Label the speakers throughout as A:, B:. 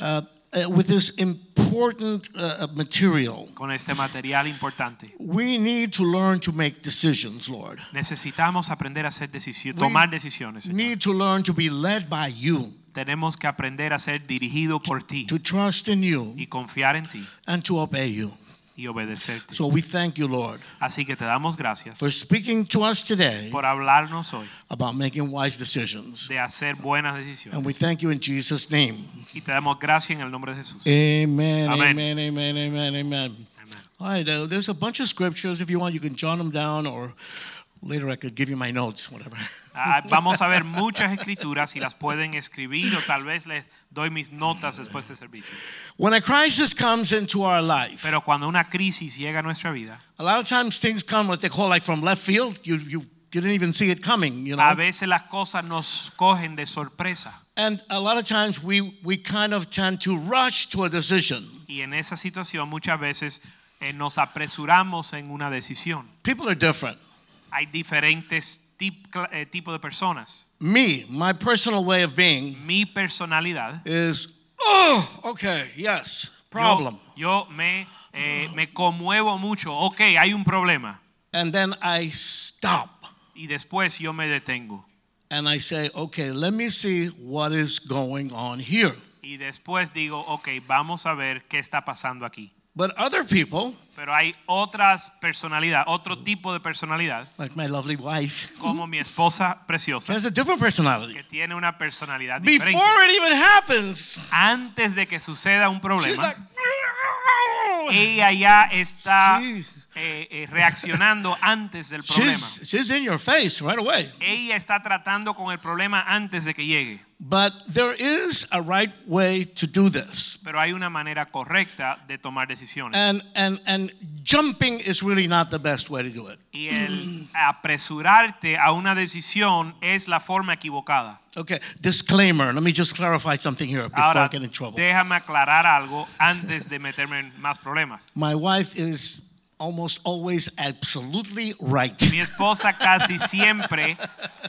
A: uh, uh, with this important uh, material.
B: con este material importante.
A: We need to learn to make decisions, Lord.
B: Necesitamos aprender a hacer decisiones, tomar decisiones. Señor.
A: Need to learn to be led by you,
B: Tenemos que aprender a ser dirigido por ti
A: to trust in you,
B: y confiar en ti
A: and to obey you.
B: y obedecerte.
A: So we thank you, Lord,
B: Así que te damos gracias
A: for speaking to us today
B: por hablarnos hoy
A: about making wise decisions.
B: de hacer buenas
A: And
B: decisiones.
A: we thank you in Jesus' name.
B: Y te damos gracias en el nombre de Jesús.
A: Eh. Amen.
B: Amen.
A: Amen. Amen. Amen. Amen.
B: Amén.
A: All right. Uh, there's a bunch of scriptures. If you want, you can jot them down, or later I could give you my notes, whatever.
B: Ah, Vamos a ver muchas escrituras y las pueden escribir o tal vez les doy mis notas después del servicio.
A: When a crisis comes into our life,
B: Pero cuando una crisis llega a nuestra vida,
A: a lot of times things come what they call like from left field. You you didn't even see it coming, you know.
B: a veces las cosas nos cogen de sorpresa.
A: And a lot of times we we kind of tend to rush to a decision.
B: Y en esa situación muchas veces eh, nos apresuramos en una decisión.
A: People are different.
B: Hay diferentes tip- cla- eh, tipos de personas.
A: Me, my personal way of being
B: Mi personalidad,
A: is oh, okay, yes, problem.
B: yo, yo me, eh, me conmuevo mucho. Ok, hay un problema.
A: And then I stop.
B: Y después yo me detengo.
A: and I say, okay, let me see what is going on here.
B: Y después digo, ok, vamos a ver qué está pasando aquí.
A: But other people,
B: Pero hay otras personalidades, otro tipo de personalidad,
A: like my lovely wife,
B: como mi esposa preciosa,
A: has a different personality.
B: que tiene una personalidad
A: Before
B: diferente.
A: it even happens,
B: Antes de que suceda un
A: she's
B: problema,
A: like,
B: ella ya está
A: Sí.
B: eh, eh, reaccionando antes del problema.
A: she's, she's in your face right away.
B: Ella está tratando con el problema antes de que llegue.
A: But there is a right way to do this.
B: Pero hay una manera correcta de tomar decisiones.
A: And, and, and jumping is really not the best way to do it.
B: Y el apresurarte a una decisión es la forma equivocada.
A: Okay, disclaimer. Let me just clarify something here before I
B: Ahora,
A: get in trouble.
B: déjame aclarar algo antes de meterme en más problemas.
A: My wife is almost always absolutely right.
B: Mi esposa casi siempre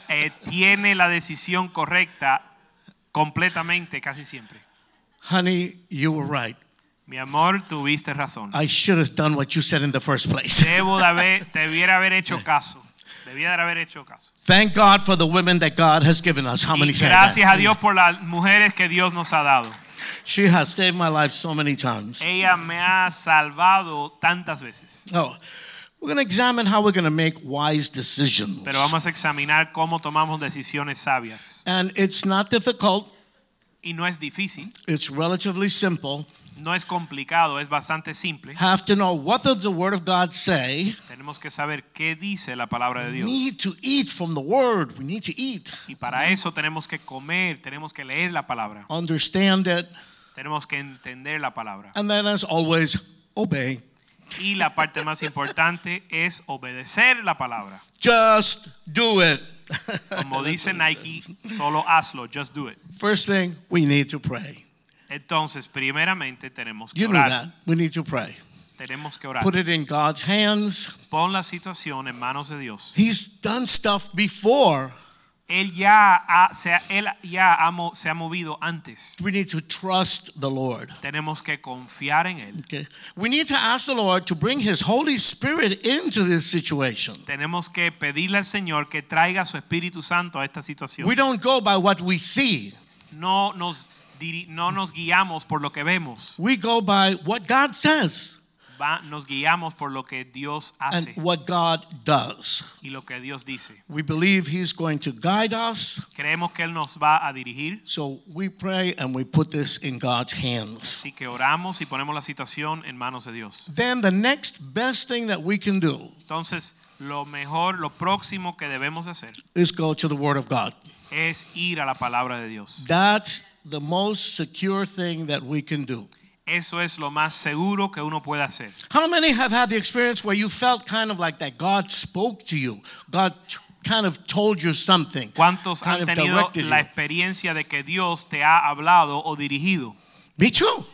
B: eh, tiene la decisión correcta completamente, casi siempre.
A: Honey, you were right.
B: Mi amor, tuviste razón.
A: I should have done what you said in the first place.
B: debo de haber, debiera haber hecho caso. Debiera de haber hecho caso.
A: Thank God for the women that God has given us. How many
B: Y
A: say
B: gracias
A: that?
B: a Dios por las mujeres que Dios nos ha dado.
A: She has saved my life so many times.
B: Ella me ha salvado tantas veces.
A: Oh, we're going to examine how we're going to make wise decisions.
B: Pero vamos a examinar cómo tomamos decisiones sabias.
A: And it's not difficult.
B: Y no es difícil,
A: It's relatively simple.
B: no es complicado, es bastante simple.
A: Have to know what does the Word of God say.
B: Tenemos que saber qué dice la palabra de
A: We
B: Dios.
A: need to eat from the Word. We need to eat.
B: Y para eso tenemos que comer, tenemos que leer la palabra,
A: Understand it.
B: tenemos que entender la palabra.
A: And then, as always, obey.
B: Y la parte más importante es obedecer la palabra.
A: Just do it.
B: Como dice Nike, solo hazlo, just do it.
A: First thing, we need to pray.
B: Entonces, primeramente tenemos que
A: You know that.
B: orar.
A: We need to pray.
B: Tenemos que orar.
A: Put it in God's hands.
B: Pon la situación en manos de Dios.
A: He's done stuff before.
B: Él ya ha, se, ha- él ya ha mo- se ha movido antes.
A: We need to trust the Lord.
B: Tenemos que confiar en Él.
A: Okay. We need to ask the Lord to bring His Holy Spirit into this situation.
B: Tenemos que pedirle al Señor que traiga su Espíritu Santo a esta situación.
A: We don't go by what we see.
B: No nos, diri- no nos guiamos por lo que vemos,
A: We go by what God says
B: Va- nos guiamos por lo que Dios
A: and
B: hace
A: what God does.
B: y lo que Dios dice.
A: We believe He's going to guide us.
B: Creemos que Él nos va a dirigir,
A: So we pray and we put this in God's hands.
B: así que oramos y ponemos la situación en manos de Dios.
A: Then the next best thing that we can do
B: Entonces, lo mejor, lo próximo que debemos hacer
A: is go to the Word of God.
B: es ir a la palabra de Dios.
A: That's the most secure thing that we can do.
B: Eso es lo más seguro que uno puede hacer.
A: How many have had the experience where you felt kind of like that God spoke to you? God t- kind of told you something.
B: ¿Cuántos
A: kind
B: han
A: of
B: tenido
A: directed
B: la
A: you?
B: experiencia de que Dios te ha hablado o dirigido?
A: Me too.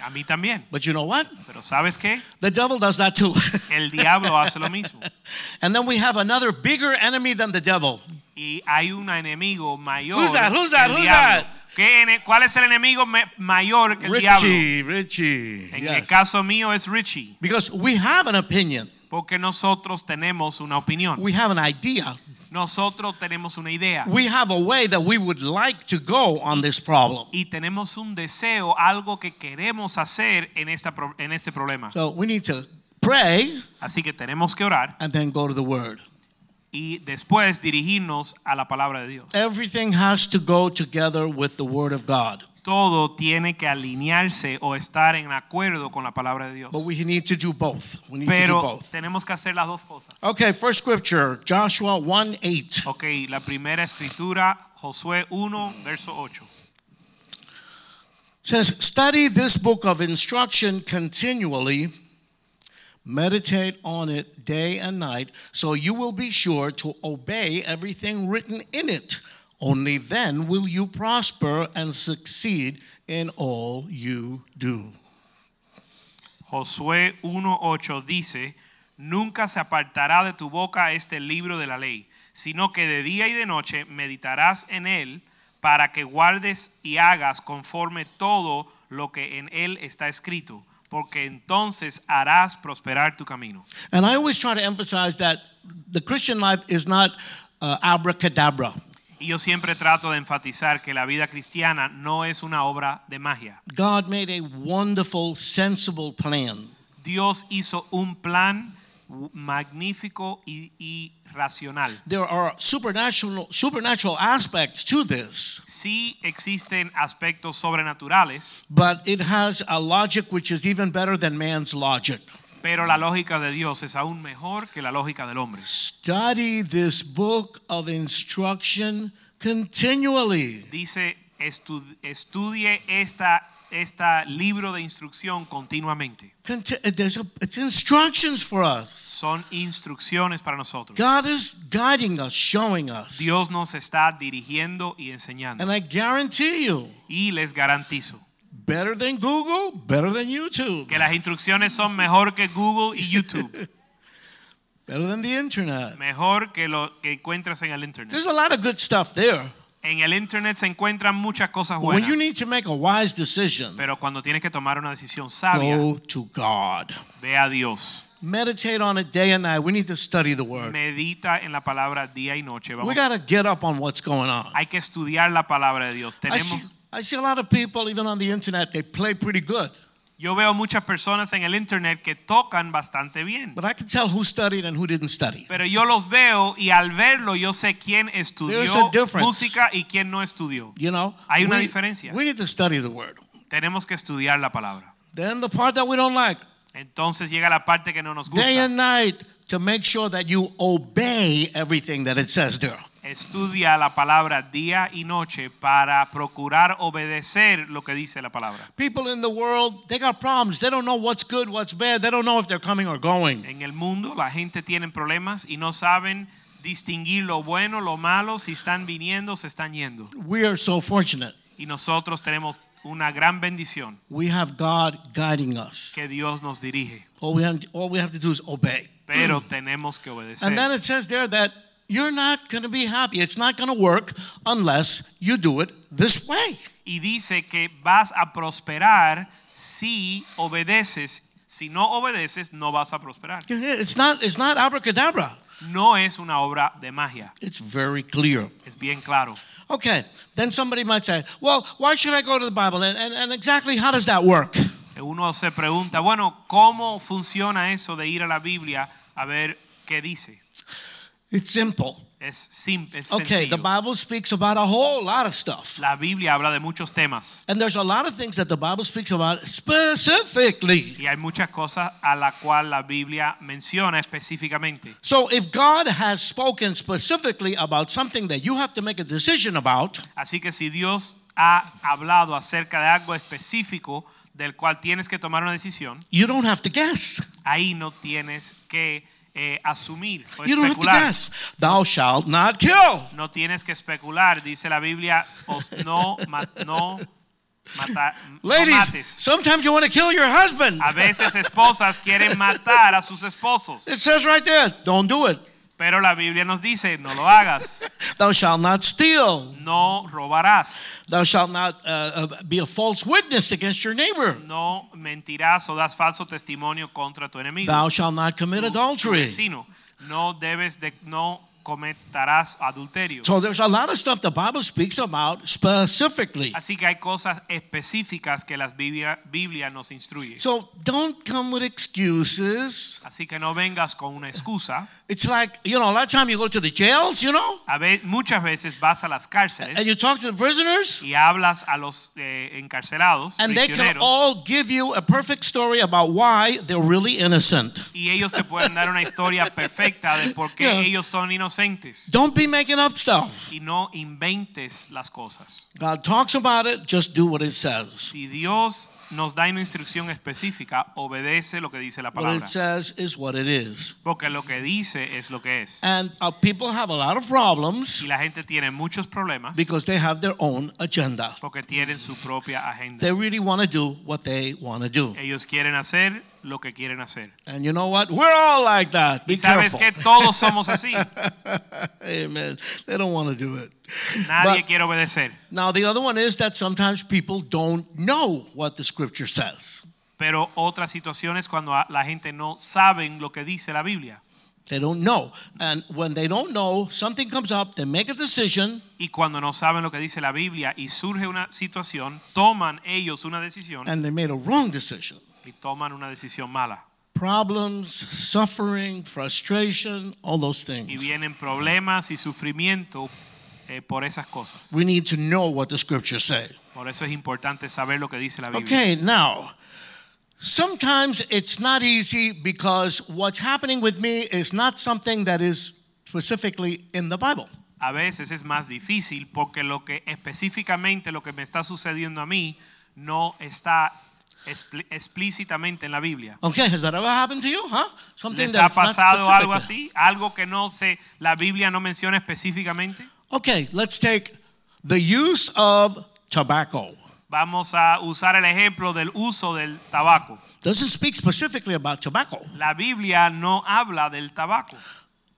B: A mí también.
A: But you know what?
B: Pero ¿sabes qué?
A: The devil does that too.
B: El diablo hace lo mismo.
A: and then we have another bigger enemy than the devil.
B: Y hay un enemigo mayor.
A: Who's that? Who's
B: que el
A: that? Who's
B: diablo.
A: that?
B: ¿Qué ene- ¿Cuál es el enemigo me- mayor que el diablo?
A: Richie, Richie.
B: En el
A: yes.
B: caso mío es Richie,
A: Because we have an opinion.
B: porque nosotros tenemos una opinión.
A: We have an idea.
B: Nosotros tenemos una idea.
A: We have a way that we would like to go on this problem.
B: y tenemos un deseo, algo que queremos hacer en, esta, pro- en este problema.
A: So we need to pray
B: Así que tenemos que orar
A: and then go to the word.
B: y después dirigirnos a la palabra de Dios.
A: Everything has to go together with the word of God.
B: Todo tiene que alinearse o estar en acuerdo con la palabra de Dios.
A: But we need to do both. We need to do
B: Pero
A: both.
B: tenemos que hacer las dos cosas.
A: Okay, first scripture, Joshua 1 8.
B: Ok, la primera escritura, Josué 1, verso 8.
A: says study this book of instruction continually meditate on it day and night so you will be sure to obey everything written in it only then will you prosper and succeed in all you do
B: Josué 1.8 dice, Nunca se apartará de tu boca este libro de la ley, sino que de día y de noche meditarás en él para que guardes y hagas conforme todo lo que en él está escrito, porque entonces harás prosperar tu camino.
A: and i always try to emphasize that the christian life is not uh, abracadabra
B: Y yo siempre trato de enfatizar que la vida cristiana no es una obra de magia.
A: god made a wonderful sensible plan
B: Dios hizo un plan magnífico y, y racional.
A: there are supernatural supernatural aspects to this
B: Sí existen aspectos sobrenaturales,
A: but it has a logic which is even better than man's logic.
B: pero la lógica de Dios es aún mejor que la lógica del hombre.
A: Study this book of instruction continually.
B: Dice, "Estu- estudie esta, esta libro de instrucción continuamente.
A: Conti- there's a- it's instructions for us.
B: Son instrucciones para nosotros.
A: God is guiding us, showing us.
B: Dios nos está dirigiendo y enseñando.
A: And I guarantee you,
B: Y les garantizo
A: better than Google, better than YouTube,
B: que las instrucciones son mejor que Google y YouTube,
A: better than the internet.
B: mejor que lo que encuentras en el Internet.
A: There's a lot of good stuff there.
B: En el Internet se encuentran muchas cosas
A: But when
B: buenas,
A: you need to make a wise decision,
B: pero cuando tienes que tomar una decisión sabia,
A: go to God.
B: ve a Dios.
A: Meditate on it day and night. We need to study the word.
B: Medita en la palabra día y noche. Vamos.
A: We got to get up on what's going on.
B: Hay que estudiar la palabra de Dios.
A: I see,
B: Tenemos,
A: I see a lot of people, even on the internet, they play pretty good.
B: yo veo muchas personas en el internet que tocan bastante bien,
A: But I can tell who studied and who didn't study.
B: pero yo los veo y al verlo yo sé quién estudió
A: There's a difference.
B: música y quién no estudió.
A: You know?
B: Hay una diferencia.
A: We need to study the word.
B: Tenemos que estudiar la palabra.
A: Then the part that we don't like,
B: Entonces llega la parte que no nos
A: day
B: gusta.
A: and night, to make sure that you obey everything that it says there.
B: Estudia la palabra día y noche para procurar obedecer lo que dice la palabra.
A: People in the world, they got problems. They don't know what's good, what's bad. They don't know if they're coming or going.
B: En el mundo la gente tiene problemas y no saben distinguir lo bueno, lo malo, si están viniendo o se están yendo.
A: We are so fortunate.
B: Y nosotros tenemos una gran bendición
A: We have God guiding us.
B: que Dios nos dirige,
A: All we have, all we have to do is obey.
B: pero
A: Mm.
B: tenemos que obedecer.
A: And then it says there that you're not going to be happy. It's not going to work unless you do it this way.
B: y dice que vas a prosperar si obedeces. Si no obedeces, no vas a prosperar.
A: It's not it's not abracadabra.
B: No es una obra de magia,
A: It's very clear.
B: es bien claro.
A: Okay, then somebody might say, well, why should I go to the Bible? And, and, and exactly how does that work?
B: Uno se pregunta, bueno, ¿cómo funciona eso de ir a la Biblia a ver qué dice?
A: It's simple.
B: Es, sim- es
A: Okay, the
B: sencillo.
A: Bible speaks about a whole lot of stuff.
B: La Biblia habla de muchos temas
A: And there's a lot of things that the Bible speaks about specifically.
B: y hay muchas cosas a la cual la Biblia menciona específicamente.
A: So if God has spoken specifically about something that you have to make a decision about,
B: Así que si Dios ha hablado acerca de algo específico del cual tienes que tomar una decisión,
A: you don't have to guess.
B: ahí no tienes que eh, asumir o
A: You don't have to
B: especular.
A: guess. Thou shalt not kill.
B: No tienes que especular, dice la Biblia, os no, ma- no, mata- no
A: Ladies,
B: mates.
A: sometimes you want to kill your husband.
B: A veces esposas quieren matar a sus esposos,
A: It says right there, don't do it.
B: pero la Biblia nos dice, no lo hagas,
A: Thou shalt not steal.
B: no robarás,
A: Thou shalt not uh, uh, be a false witness against your neighbor.
B: no mentirás o das falso testimonio contra tu enemigo.
A: Thou shalt not commit
B: tu- tu
A: adultery.
B: vecino. No debes de no cometerás adulterio.
A: So there's a lot of stuff the Bible speaks about specifically.
B: Así que hay cosas específicas que la Biblia, Biblia nos instruye.
A: So don't come with excuses.
B: Así que no vengas con una excusa.
A: It's like, you know, a lot of time you go to the jails, you know,
B: A ve- muchas veces vas a las
A: and
B: cárceles
A: you talk to the prisoners,
B: y hablas a los eh, encarcelados,
A: and they can
B: prisioneros,
A: all give you a perfect story about why they're really innocent.
B: y ellos te pueden dar una historia perfecta de por qué
A: Yeah.
B: ellos son inocentes.
A: Don't be making up stuff.
B: Y no inventes las cosas.
A: God talks about it, just do what it says.
B: Si Dios nos da una instrucción específica, obedece lo que dice la
A: What it
B: palabra.
A: says is what it is.
B: Porque lo que dice es lo que es.
A: And uh, people have a lot of
B: Y
A: problems
B: la gente tiene muchos problemas
A: because they have their own agenda.
B: porque tienen su propia agenda.
A: They really want to do what they want to do.
B: Ellos quieren hacer lo que quieren hacer.
A: And you know what? We're all like that. Be
B: Y sabes
A: careful.
B: que todos somos así.
A: Amen. They don't want to do it.
B: Nadie
A: But-
B: quiere obedecer.
A: Now, the other one is that sometimes people don't know what the scripture says.
B: Pero otras situaciones cuando a- la gente no saben lo que dice la Biblia.
A: They don't know. And when they don't know, something comes up, they make a decision,
B: Y cuando no saben lo que dice la Biblia y surge una situación, toman ellos una decisión
A: and they made a wrong decision.
B: y toman una decisión mala.
A: Problems, suffering, frustration, all those
B: Y
A: things.
B: vienen problemas y sufrimiento eh, por esas cosas.
A: We need to know what the scriptures say.
B: Por eso es importante saber lo que dice la Biblia.
A: Okay, now, sometimes it's not easy because what's happening with me is not something that is specifically in the Bible.
B: A veces es más difícil porque lo que específicamente lo que me está sucediendo a mí no está expli- explícitamente en la Biblia.
A: Okay, has that ever happened to you? Huh? Something
B: ¿Les ha
A: that's not
B: pasado algo
A: specific.
B: así? Algo que no se la Biblia no menciona específicamente.
A: Okay, let's take the use of tobacco.
B: Vamos a usar el ejemplo del uso del tabaco.
A: Doesn't speak specifically about tobacco.
B: La Biblia no habla del tabaco.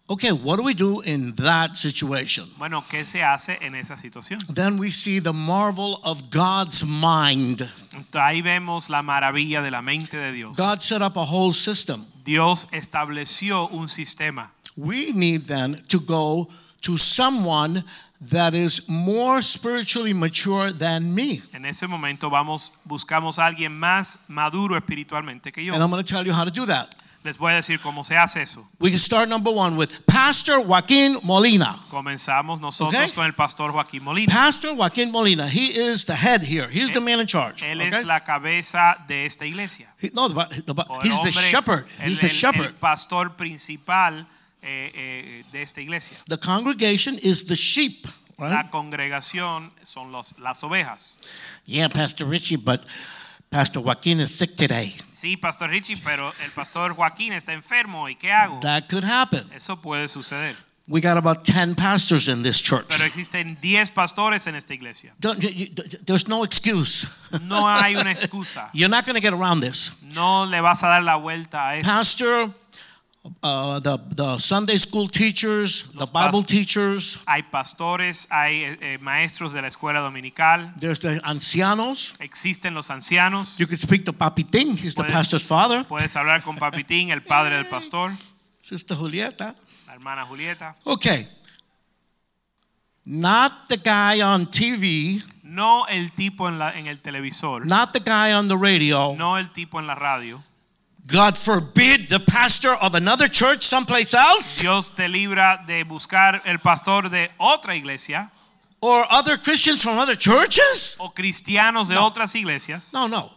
A: Okay, what do we do in that situation?
B: Bueno, ¿qué se hace en esa situación?
A: Then we see the marvel of God's mind.
B: Entonces, ahí vemos la maravilla de la mente de Dios.
A: God set up a whole system.
B: Dios estableció un sistema.
A: We need then to go to someone that is more spiritually mature than me.
B: En ese momento vamos, buscamos a alguien más maduro espiritualmente que yo.
A: And I'm going to tell you how to do that.
B: Les voy a decir cómo se hace eso.
A: We can start number one with Pastor Joaquin Molina.
B: Comenzamos nosotros
A: Ok.
B: con el pastor Joaquín Molina.
A: Pastor Joaquin Molina, he is the head here. He's the man in charge.
B: Él
A: okay?
B: es la cabeza de esta iglesia.
A: He- no, the, the-
B: O el
A: he's the
B: hombre-
A: shepherd.
B: el-
A: He's the
B: el-
A: shepherd.
B: el pastor principal eh, eh, de esta iglesia.
A: The congregation is the sheep, right?
B: La congregación son los, las ovejas.
A: Yeah, Pastor Richie, but Pastor Joaquin is sick today.
B: Sí, pastor Richie, pero el pastor Joaquín está enfermo. ¿Y qué hago?
A: That could happen.
B: Eso puede suceder.
A: We got about 10 pastors in this church.
B: Pero existen 10 pastores en esta iglesia.
A: Don't, you, you- there's no excuse.
B: No hay una excusa.
A: You're not going to get around this.
B: No le vas a dar la vuelta a eso.
A: Pastor, uh, the, the Sunday school teachers, the
B: Los
A: Bible
B: past-
A: teachers,
B: Hay pastores, hay eh, eh, maestros de la escuela dominical,
A: there's the ancianos.
B: existen los ancianos.
A: You could speak to Papi Ting, he's the
B: Puedes-
A: pastor's father.
B: Puedes hablar con Papitín, el padre del pastor,
A: Sister Julieta.
B: la hermana Julieta.
A: Okay. Not the guy on TV,
B: No el tipo en, la, en el televisor,
A: not the guy on the radio,
B: no el tipo en la radio.
A: God forbid the pastor of another church someplace else
B: Dios te libra de buscar el pastor de otra iglesia
A: or other Christians from other churches?
B: o cristianos de otras iglesias.
A: No, no.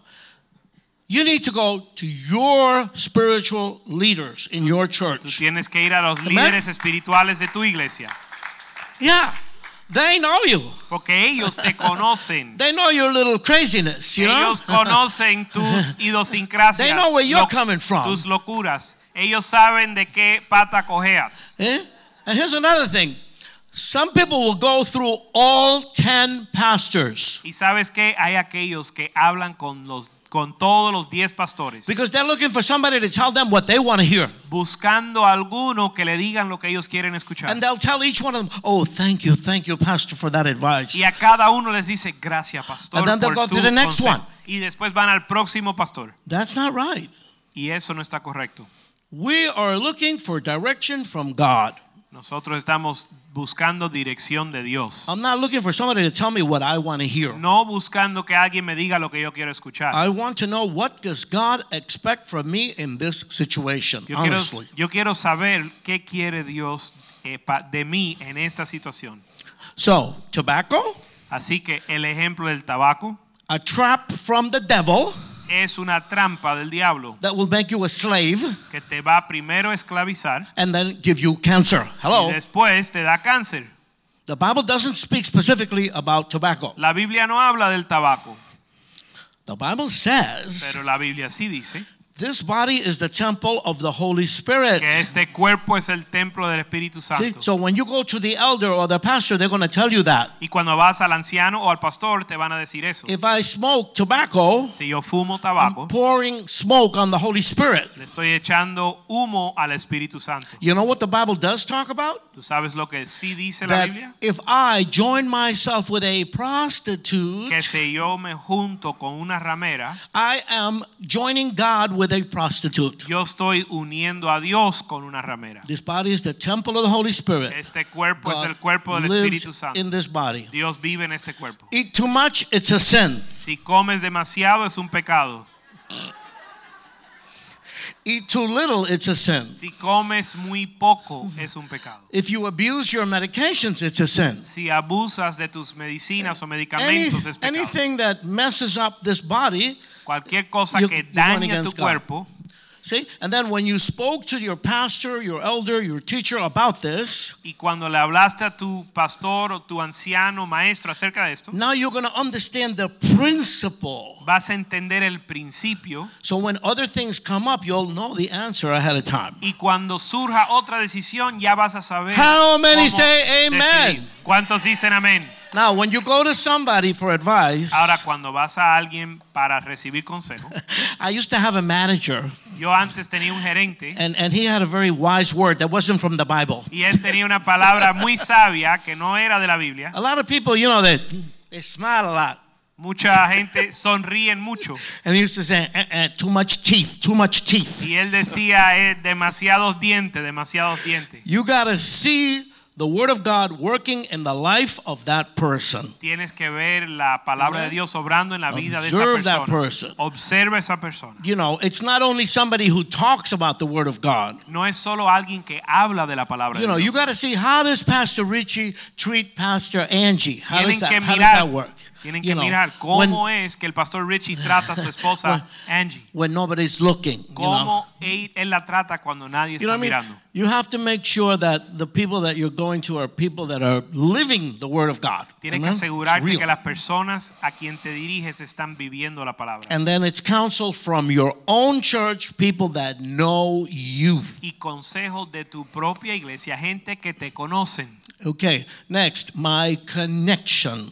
A: You need to go to your spiritual leaders in your
B: Tú
A: church.
B: tienes que ir a los líderes espirituales de tu iglesia,
A: Yeah. They know you.
B: porque ellos te conocen.
A: They know your little craziness, you know?
B: Ellos conocen tus idiosincrasias,
A: They know where you're
B: loc-
A: coming from.
B: tus locuras. Ellos saben de qué pata cojeas.
A: Eh? And here's another thing. Some people will go through all 10 pastors
B: Y sabes que hay aquellos que hablan con los con todos los diez pastores,
A: because they're looking for somebody to tell them what they want to hear.
B: buscando a alguno que le digan lo que ellos quieren escuchar.
A: And they'll tell each one of them, "Oh, thank you, thank you, pastor for that advice."
B: Y a cada uno les dice gracias pastor
A: And then they'll
B: por
A: go
B: tu
A: to the next
B: consejo".
A: one.
B: Y después van al próximo pastor.
A: That's not right.
B: Y eso no está correcto.
A: We are looking for direction from God.
B: Nosotros estamos buscando dirección de Dios.
A: I'm not looking for somebody to tell me what I want to hear.
B: No buscando que alguien me diga lo que yo quiero escuchar.
A: I want to know what does God expect from me in this situation,
B: Yo quiero,
A: honestly.
B: yo quiero saber qué quiere Dios eh, pa- de mí en esta situación.
A: So, tobacco,
B: Así que el ejemplo del tabaco
A: a trap from the devil
B: es una trampa del diablo
A: that will make you a slave
B: que te va primero a esclavizar
A: and then give you cancer.
B: y
A: Hello.
B: después te da cáncer.
A: The Bible doesn't speak specifically about tobacco.
B: La Biblia no habla del tabaco,
A: The Bible says
B: pero la Biblia sí dice
A: This body is the temple of the Holy Spirit.
B: que este cuerpo es el templo del Espíritu
A: See,
B: Santo.
A: so when you go to the elder or the pastor, they're going to tell you that.
B: Y cuando vas al anciano o al pastor te van a decir eso.
A: If I smoke tobacco,
B: Si yo fumo
A: I'm
B: tabaco,
A: pouring smoke on the Holy Spirit.
B: le estoy echando humo al Espíritu Santo.
A: You know what the Bible does talk about?
B: ¿Tú sabes lo que sí dice la
A: That
B: Biblia?
A: if I join myself with a prostitute,
B: que si yo me junto con una ramera,
A: I am joining God with a prostitute.
B: yo estoy uniendo a Dios con una ramera.
A: This body is the temple of the Holy Spirit.
B: Este cuerpo es
A: God
B: el cuerpo del
A: lives
B: Espíritu Santo.
A: in this body.
B: Dios vive en este cuerpo.
A: Eat too much, it's a sin.
B: Si comes demasiado es un pecado.
A: Eat too little, it's a sin.
B: Si comes muy poco es un pecado.
A: If you abuse your medications, it's a sin.
B: Si abusas de tus medicinas o
A: Any-
B: medicamentos es pecado.
A: anything that messes up this body,
B: Cualquier cosa
A: You-
B: que
A: you're going
B: dañe tu
A: against God.
B: cuerpo.
A: see? And then when you spoke to your pastor, your elder, your teacher about this,
B: Y cuando le hablaste a tu pastor o tu anciano maestro acerca de esto,
A: now you're going to understand the principle.
B: vas a entender el principio
A: So when other things come up, you'll know the answer ahead of time.
B: Y cuando surja otra decisión, ya vas a saber.
A: How many
B: cómo
A: say amen?
B: decidir. ¿Cuántos dicen amén?
A: Now, when you go to somebody for advice,
B: Ahora, cuando vas a alguien para recibir consejo,
A: I used to have a manager,
B: yo antes tenía un gerente
A: and, and he had a very wise word that wasn't from the Bible.
B: y él tenía una palabra muy sabia que no era de la Biblia.
A: A lot of people, you know, they, they smile a lot.
B: Mucha gente sonríen mucho
A: And he used to say, "Eh, eh, too much teeth, too much teeth.
B: y él decía eh, demasiados dientes, demasiados dientes.
A: You got to see the Word of God working in the life of that person.
B: Tienes que ver la palabra de Dios obrando en la vida de esa
A: Observe that
B: persona.
A: person.
B: Observa a esa persona.
A: You know, it's not only somebody who talks about the Word of God.
B: No es solo alguien que habla de la palabra
A: You
B: de
A: know,
B: Dios.
A: you got to see how does Pastor Richie treat Pastor Angie? How
B: Tienen
A: does that,
B: que
A: how does that
B: mirar,
A: work?
B: tienen
A: You
B: que
A: know,
B: mirar
A: when,
B: cómo es que el pastor Richie trata a su esposa Angie.
A: when nobody's looking, you know.
B: Cómo él, él la trata cuando nadie
A: You know what
B: está
A: I mean?
B: mirando.
A: You have to make sure that the people that you're going to are people that are living the Word of God.
B: Tienes que
A: Amen? It's
B: asegurarte
A: real.
B: que las personas a quien te diriges están viviendo la palabra.
A: And then it's counsel from your own church, people that know you.
B: Y consejos de tu propia iglesia, gente que te conocen.
A: Okay, next, my connection.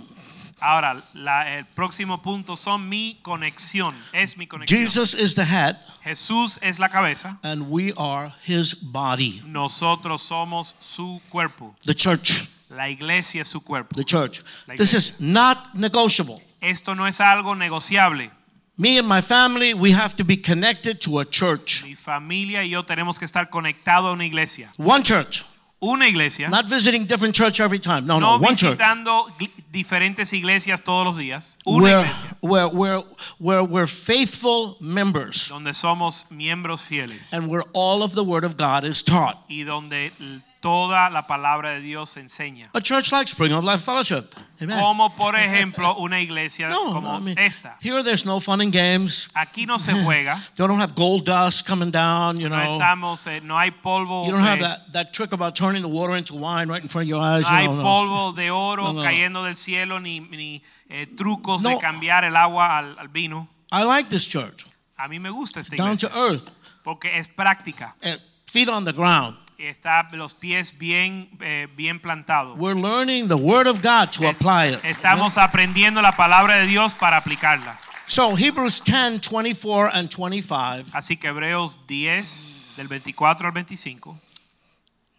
B: Ahora, la- el próximo punto son mi conexión. Es mi conexión.
A: Jesus is the head,
B: Jesús es la cabeza.
A: and we are his body,
B: Nosotros somos su cuerpo.
A: the church.
B: La iglesia es su cuerpo.
A: The church.
B: Like
A: This
B: this.
A: is not negotiable.
B: Esto no es algo negociable.
A: Me and my family, we have to be connected to a church,
B: Mi familia y yo tenemos que estar conectados a una iglesia,
A: one church.
B: una iglesia,
A: Not visiting different church every time. No, no,
B: no
A: one church.
B: visitando gl- diferentes iglesias todos los días, una
A: Where,
B: iglesia
A: where, where, where we're faithful members
B: donde somos miembros fieles
A: and where all of the Word of God is taught.
B: y donde l- toda la palabra de Dios se enseña.
A: A church like Spring of Life Fellowship. Amen.
B: Como por ejemplo una iglesia
A: no, no,
B: como
A: I mean,
B: esta.
A: here there's no fun and games.
B: Aquí no se juega,
A: They don't have gold dust coming down, you
B: no,
A: know.
B: estamos, eh, no hay polvo,
A: You don't have
B: eh,
A: that, that trick about turning the water into wine right in front of your eyes.
B: no
A: you
B: hay
A: know, no.
B: polvo de oro
A: No, no, no.
B: cayendo del cielo ni, ni, eh, trucos de
A: No.
B: cambiar el agua al, al vino.
A: I like this church.
B: A mí me gusta esta
A: Down
B: iglesia
A: to earth.
B: porque es práctica.
A: And feet on the ground.
B: Está los pies bien, eh, bien plantados.
A: We're learning the word of God to apply it.
B: Estamos aprendiendo la palabra de Dios para aplicarla.
A: So Hebrews 10, 24 and 25
B: Así que Hebreos 10, del 24 al 25.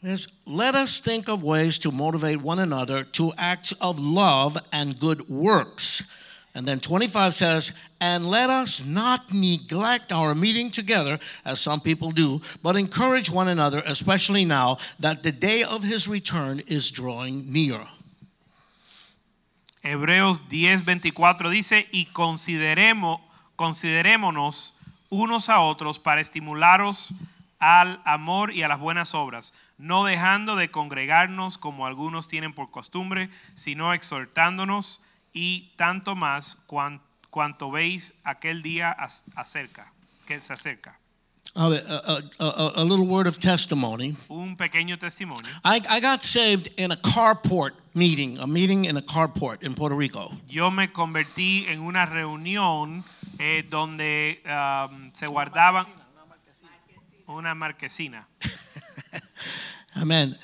A: is let us think of ways to motivate one another to acts of love and good works. And then 25 says, and let us not neglect our meeting together, as some people do, but encourage one another, especially now that the day of his return is drawing near.
B: Hebreos 10, 24 dice, y consideremos, considerémonos unos a otros para estimularos al amor y a las buenas obras, no dejando de congregarnos como algunos tienen por costumbre, sino exhortándonos y tanto más cuan- cuanto veis aquel día as- acerca, que se acerca.
A: Oh, A, ver, a- a- a- a little word of testimony.
B: Un pequeño testimonio.
A: I, I got saved in a carport meeting, a meeting in a carport in Puerto Rico.
B: Yo me convertí en una reunión eh, donde um, se guardaban una marquesina.
A: Amen.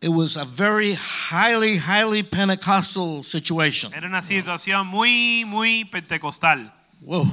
A: It was a very highly, highly Pentecostal situation.
B: Era una situación muy, muy pentecostal.
A: Whoa.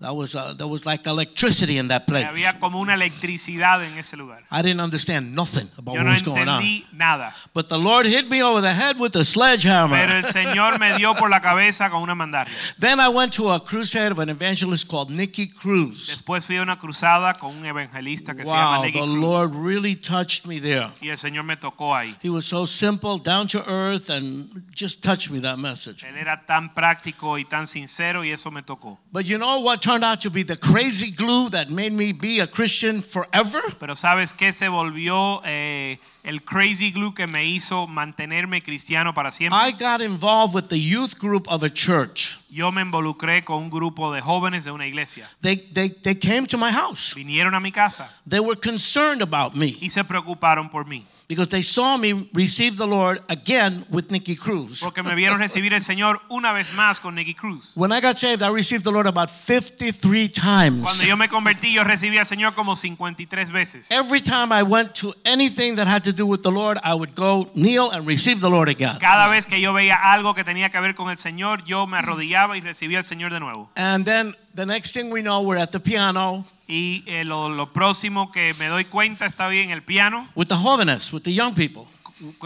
A: That was, uh, that was like electricity in that place.
B: Había como una electricidad en ese lugar.
A: I didn't understand nothing about
B: Yo
A: what
B: no
A: was going on.
B: entendí nada,
A: But the Lord hit me over the head with a sledgehammer.
B: pero el Señor me dio por la cabeza con una mandaria.
A: then I went to a crusade of an evangelist called Nikki Cruz.
B: Después fui a una cruzada con un evangelista que se llama
A: Wow,
B: Nicky
A: the
B: Cruz,
A: Lord really touched me there.
B: y el Señor me tocó ahí.
A: He was so simple, down to earth, and just touched me that message.
B: Él era tan práctico y tan sincero y eso me tocó.
A: But you know what turned out to be the crazy glue that made me be a Christian forever?
B: Pero sabes qué se volvió eh, el crazy glue que me hizo mantenerme cristiano para siempre.
A: I got involved with the youth group of a church.
B: Yo me involucré con un grupo de jóvenes de una iglesia.
A: They, they, they came to my house.
B: Vinieron a mi casa
A: They were concerned about me
B: y se preocuparon por mí,
A: because they saw me receive the Lord again with Nikki Cruz.
B: porque me vieron recibir el Señor una vez más con Nicky Cruz.
A: When I got saved, I received the Lord about 53
B: Cuando
A: times.
B: yo me convertí, yo recibí al Señor como 53 veces.
A: Every time I went to anything that had to do with the Lord, I would go kneel and receive the Lord again.
B: Cada vez que yo veía algo que tenía que ver con el Señor, yo me arrodillaba y recibía al Señor de nuevo.
A: And then the next thing we know, we're at the piano
B: Y eh, lo, lo próximo que me doy cuenta está bien el piano
A: with the jóvenes, with the young people.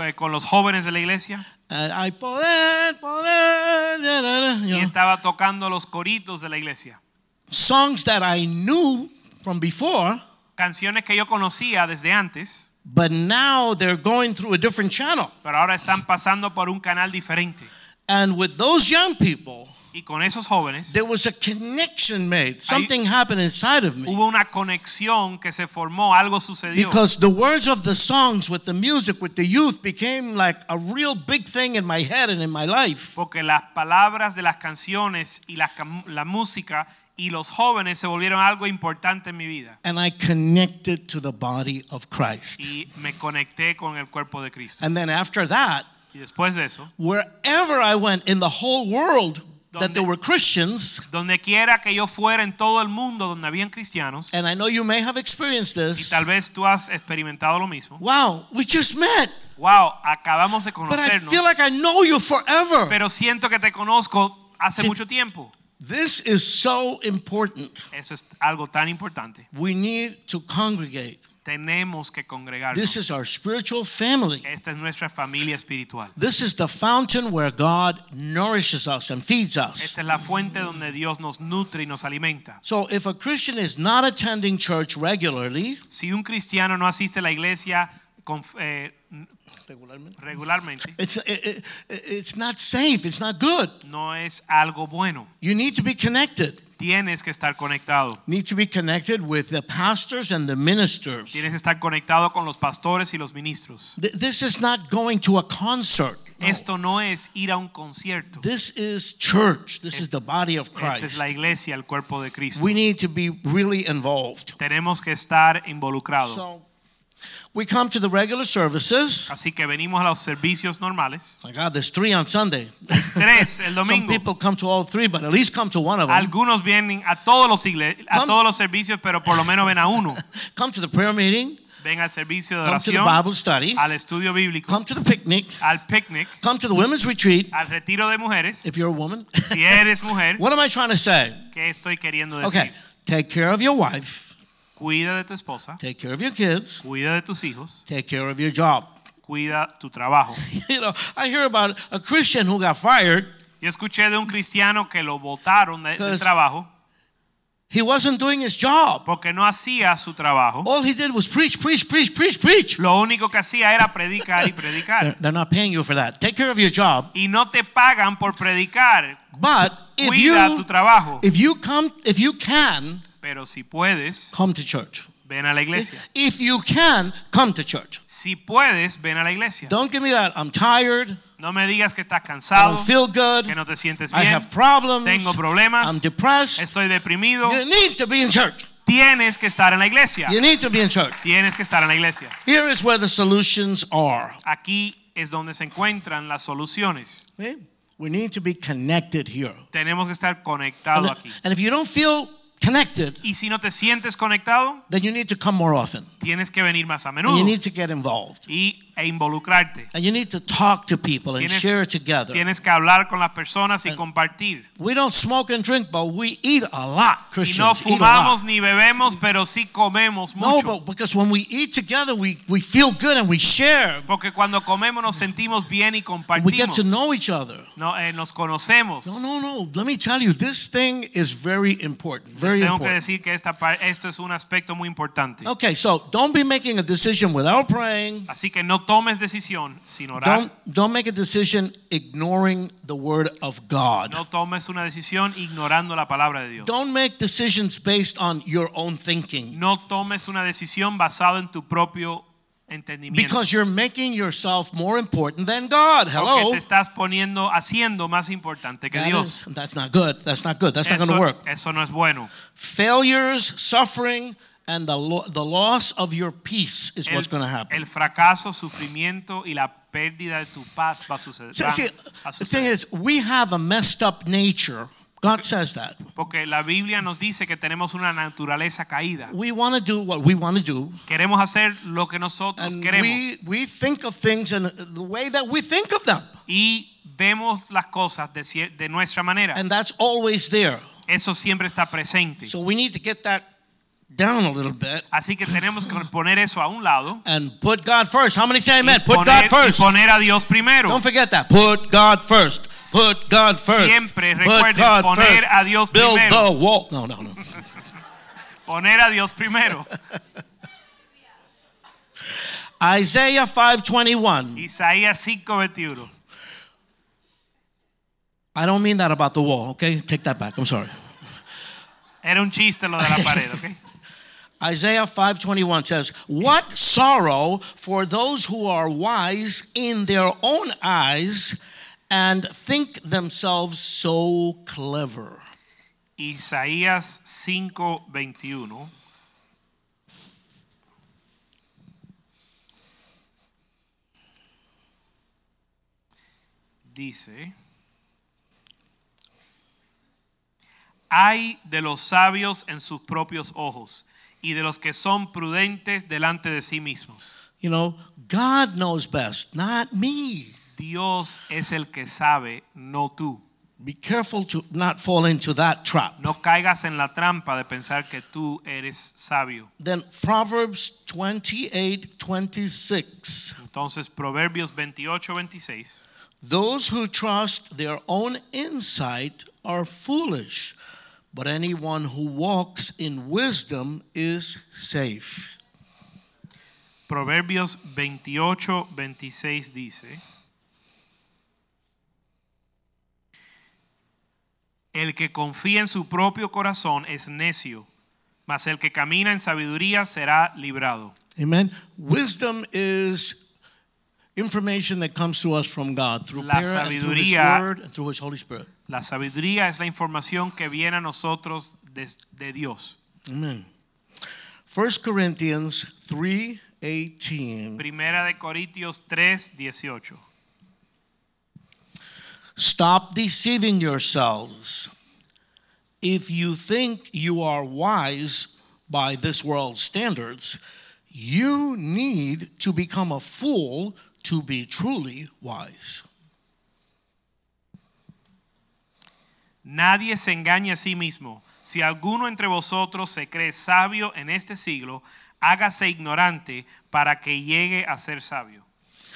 B: eh, con los jóvenes de la iglesia.
A: And I poder, poder, da, da, da, you
B: y
A: know,
B: estaba tocando los coritos de la iglesia.
A: songs that I knew from before,
B: Canciones que yo conocía desde antes,
A: but now they're going through a different channel.
B: pero ahora están pasando por un canal diferente.
A: And with those young people,
B: Y con esos jóvenes
A: there was a connection made. Something happened inside of me.
B: hubo una conexión que se formó, algo sucedió.
A: Because the words of the songs with the music with the youth became like a real big thing in my head and in my life.
B: Porque las palabras de las canciones y la, cam- la música y los jóvenes se volvieron algo importante en mi vida.
A: And I connected to the body of Christ.
B: Y me conecté con el cuerpo de Cristo.
A: And then after that,
B: Y después de eso,
A: wherever I went in the whole world that there were Christians,
B: donde quiera que yo fuera en todo el mundo donde habían cristianos,
A: and I know you may have experienced
B: y
A: this.
B: tal vez tú has experimentado lo mismo,
A: Wow, we just met,
B: wow, acabamos de
A: but I
B: conocernos.
A: feel like I know you forever.
B: Ah, pero siento que te conozco hace
A: Sí.
B: mucho tiempo.
A: This is so important.
B: Eso es algo tan importante.
A: We need to congregate.
B: Tenemos que congregarnos.
A: This is our spiritual family.
B: Esta es nuestra familia espiritual.
A: This is the fountain where God nourishes us and feeds us.
B: Esta es la fuente donde Dios nos nutre y nos alimenta.
A: So if a Christian is not attending church regularly,
B: Si un cristiano no asiste a la iglesia con- eh,
A: Regularmente.
B: regularmente
A: It's, it, it, it's not safe. It's not good.
B: no es algo bueno.
A: You need to be connected.
B: Tienes que estar conectado.
A: Need to be connected with the pastors and the ministers.
B: Tienes que estar conectado con los pastores y los ministros.
A: Th- This is not going to a concert. No.
B: Esto no es ir a un concierto.
A: This is church. This is the body of
B: Esta es
A: Christ.
B: la iglesia, el cuerpo de Cristo.
A: We need to be really involved.
B: Tenemos que estar involucrados.
A: So we come to the regular services.
B: Así que venimos a los servicios normales.
A: My God, there's three on Sunday.
B: Tres
A: Some
B: el domingo.
A: people come to all three, but at least come to one of them.
B: Algunos vienen a todos los igle- a
A: Come-
B: todos los servicios, pero por lo menos ven a uno.
A: Come to the prayer meeting.
B: Ven al servicio de
A: Come to the
B: oración,
A: Bible study.
B: al estudio bíblico,
A: Come to the picnic.
B: al picnic,
A: Come to the women's retreat.
B: al retiro de mujeres.
A: If you're a woman.
B: Si eres mujer,
A: What am I trying to say?
B: ¿qué estoy queriendo decir?
A: Okay, take care of your wife,
B: Cuida de tu esposa,
A: take care of your kids,
B: cuida de tus hijos,
A: take care of your job.
B: cuida tu trabajo.
A: You know, I hear about a Christian who got fired.
B: Yo escuché de un cristiano que lo botaron de- del
A: Entonces-
B: trabajo
A: He wasn't doing his job.
B: porque no hacía su trabajo.
A: All he did was preach, preach, preach, preach, preach.
B: Lo único que hacía era predicar y
A: They're,
B: predicar.
A: they're not paying you for that. Take care of your job.
B: Y no te pagan por predicar.
A: But if
B: Cuida tu
A: you
B: trabajo.
A: if you come if you can
B: Pero si puedes,
A: come to church.
B: ven a la iglesia.
A: If you can come to church.
B: Si puedes, ven a la iglesia.
A: Don't give me that. I'm tired.
B: No me digas que estás
A: I
B: cansado,
A: don't feel good.
B: que no te sientes
A: I
B: bien,
A: have problems.
B: tengo problemas.
A: I'm depressed.
B: estoy deprimido.
A: You need to be in church.
B: Tienes que estar en la iglesia.
A: You need to be in church.
B: Tienes que estar en la iglesia.
A: Here is where the solutions are.
B: Aquí es donde se encuentran las soluciones.
A: Okay? We need to be connected here.
B: Tenemos que estar
A: And,
B: conectados aquí.
A: and if you don't feel connected,
B: Y si no te sientes conectado,
A: then you need to come more often.
B: tienes que venir más a
A: And you
B: menudo
A: need to get involved.
B: y, e involucrarte.
A: And you need to talk to people and
B: Tienes-
A: share together.
B: Tienes que hablar con las personas y compartir.
A: We don't smoke and drink, but we eat a lot.
B: Y
A: Christians
B: no
A: eat a lot.
B: fumamos ni bebemos, pero sí comemos
A: No,
B: mucho.
A: but because when we eat together, we, we feel good and we share.
B: Porque cuando comemos nos sentimos bien y
A: We get
B: compartimos.
A: to know each other.
B: No, eh, nos conocemos.
A: No, no, no. Let me tell you, this thing is very important.
B: Les
A: Very
B: tengo que
A: important.
B: decir que esta, par- esto es un aspecto muy importante.
A: Okay, so don't be making a decision without praying.
B: Así que no tomes decisión sin orar.
A: Don't don't make a decision ignoring the word of God.
B: No tomes una decisión ignorando la palabra de Dios.
A: Don't make decisions based on your own thinking
B: No tomes una decisión basada en tu propio entendimiento.
A: because you're making yourself more important than God.
B: Porque
A: Hello.
B: te estás poniendo, haciendo más importante que
A: That
B: Dios.
A: is- that's not good. That's not good. That's not going to
B: Eso,
A: work.
B: eso no es bueno.
A: Failures, suffering, and the lo- the loss of your peace is
B: El,
A: what's going to happen.
B: el fracaso, sufrimiento y la pérdida de tu paz va a suceder.
A: So,
B: van
A: see,
B: a
A: the thing
B: suceder.
A: is, we have a messed up nature. God says that.
B: Porque la Biblia nos dice que tenemos una naturaleza caída.
A: We want to do what we want to do,
B: Queremos hacer lo que nosotros
A: and
B: queremos.
A: we we think of things in the way that we think of them.
B: y vemos las cosas de, cier- de nuestra manera.
A: And that's always there.
B: Eso siempre está presente.
A: So we need to get that down a little bit
B: Así que tenemos que poner eso a un lado.
A: and put God first. How many say amen?
B: y,
A: Put
B: poner,
A: God
B: y
A: first.
B: poner a Dios primero.
A: Don't forget that. Put God first. Put God first.
B: Siempre
A: put
B: recuerden
A: God
B: poner
A: first.
B: a Dios
A: Build
B: primero.
A: the wall. No, no, no.
B: Poner a Dios primero.
A: Isaiah 5:21.
B: Isaías 5:21.
A: I don't mean that about the wall, okay? Take that back. I'm sorry.
B: Era un chiste lo de la pared, ¿ok?
A: Isaiah 5:21 says, "What sorrow for those who are wise in their own eyes and think themselves so clever."
B: Isaías 5:21. dice, hay de los sabios en sus propios ojos y de los que son prudentes delante de sí mismos.
A: You know, God knows best, not me.
B: Dios es el que sabe, no tú.
A: Be careful to not fall into that trap.
B: No caigas en la trampa de pensar que tú eres sabio.
A: Then Proverbs 28 26.
B: Entonces, Proverbios 28, 26.
A: Those who trust their own insight are foolish, but anyone who walks in wisdom is safe.
B: Proverbios 28, 26 dice, el que confía en su propio corazón es necio, mas el que camina en sabiduría será librado.
A: Amen. Wisdom is information that comes to us from God through
B: La
A: prayer, and through His
B: sabiduría-
A: Word, and through His Holy Spirit.
B: La sabiduría es la información que viene a nosotros des- de, Dios.
A: Amen. 1 Corinthians 3:18.
B: Primera de Corintios 3, 18.
A: Stop deceiving yourselves. If you think you are wise by this world's standards, you need to become a fool to be truly wise.
B: Nadie se engaña a sí mismo. Si alguno entre vosotros se cree sabio en este siglo, hágase ignorante para que llegue a ser sabio.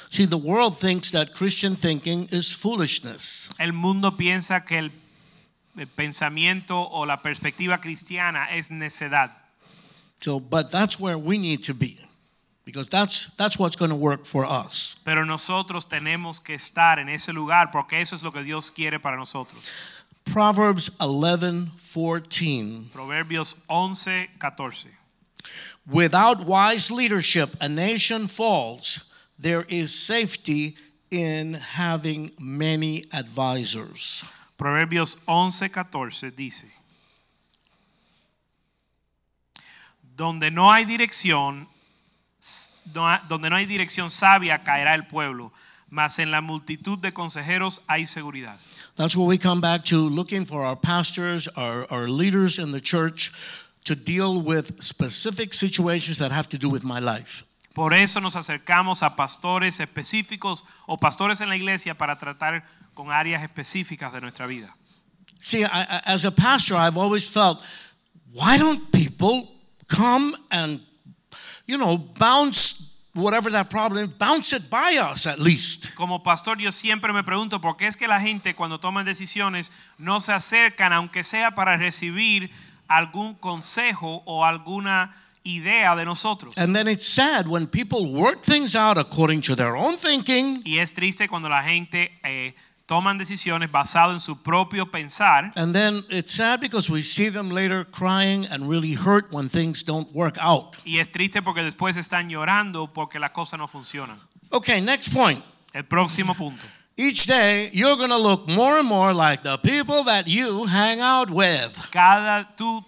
A: See, the world thinks that Christian thinking is foolishness.
B: El mundo piensa que el, el pensamiento o la perspectiva cristiana es necedad.
A: So, but that's where we need to be, because that's that's what's going to work for us.
B: Pero nosotros tenemos que estar en ese lugar porque eso es lo que Dios quiere para nosotros.
A: Proverbs 11:14.
B: Proverbios 11, 14.
A: Without wise leadership, a nation falls. There is safety in having many advisors.
B: Proverbios 11, 14 dice, donde no hay dirección, s- no ha- donde no hay dirección sabia caerá el pueblo, mas en la multitud de consejeros hay seguridad.
A: That's where we come back to looking for our pastors, our, our leaders in the church to deal with specific situations that have to do with my life.
B: Por eso nos acercamos a pastores específicos o pastores en la iglesia para tratar con áreas específicas de nuestra vida.
A: See, I, I- as a pastor, I've always felt, why don't people come and, you know, bounce whatever that problem is, bounce it by us at least?
B: Como pastor yo siempre me pregunto por qué es que la gente cuando toman decisiones no se acercan, aunque sea para recibir algún consejo o alguna idea de nosotros.
A: And then it's sad when people work things out according to their own thinking,
B: Y es triste cuando la gente eh, toman decisiones basado en su propio pensar
A: and then it's sad because we see them later crying and really hurt when things don't work out.
B: y es triste porque después están llorando porque las cosas no funcionan.
A: Okay, next point.
B: El próximo punto.
A: Each day, you're going to look more and more like the people that you hang out with.
B: Cada tú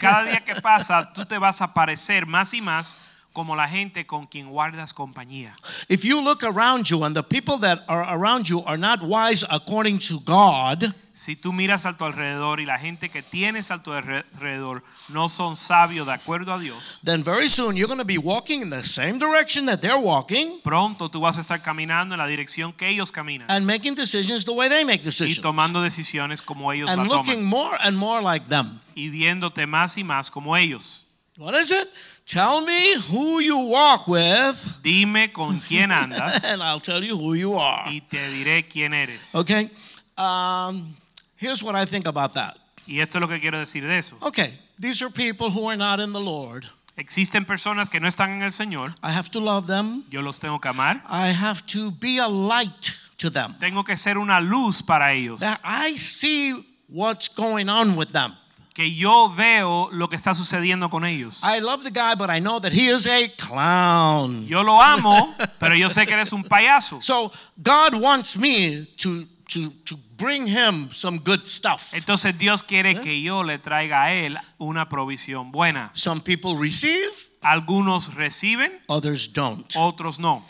B: cada día que pasa tú te vas a parecer más y más como la gente con quien guardas compañía.
A: If you look around you and the people that are around you are not wise according to God,
B: Si tú miras a tu alrededor y la gente que tienes a tu alre- alrededor no son sabios de acuerdo a Dios,
A: then very soon you're going to be walking in the same direction that they're walking
B: pronto tú vas a estar caminando en la dirección que ellos caminan
A: and making decisions the way they make
B: y
A: decisions.
B: tomando decisiones como ellos la
A: And looking
B: toman
A: more and more like them.
B: y viéndote más y más como ellos.
A: What is it? Tell me who you walk with,
B: Dime con quién andas
A: and I'll tell you who you are.
B: y te diré quién eres.
A: Okay? Um, here's what I think about that.
B: Y esto es lo que quiero decir de eso.
A: Okay, these are people who are not in the Lord.
B: Existen personas que no están en el Señor,
A: I have to love them,
B: yo los tengo que amar,
A: I have to be a light to them.
B: tengo que ser una luz para ellos,
A: that I see what's going on with them.
B: que yo veo lo que está sucediendo con ellos.
A: I love the guy, but I know that he is a clown.
B: Yo lo amo, pero yo sé que eres un payaso.
A: So God wants me to to to bring him some good stuff.
B: Entonces Dios quiere
A: ¿eh?
B: que yo le traiga a él una provisión buena.
A: Some people receive,
B: Algunos reciben,
A: others don't.
B: otros no.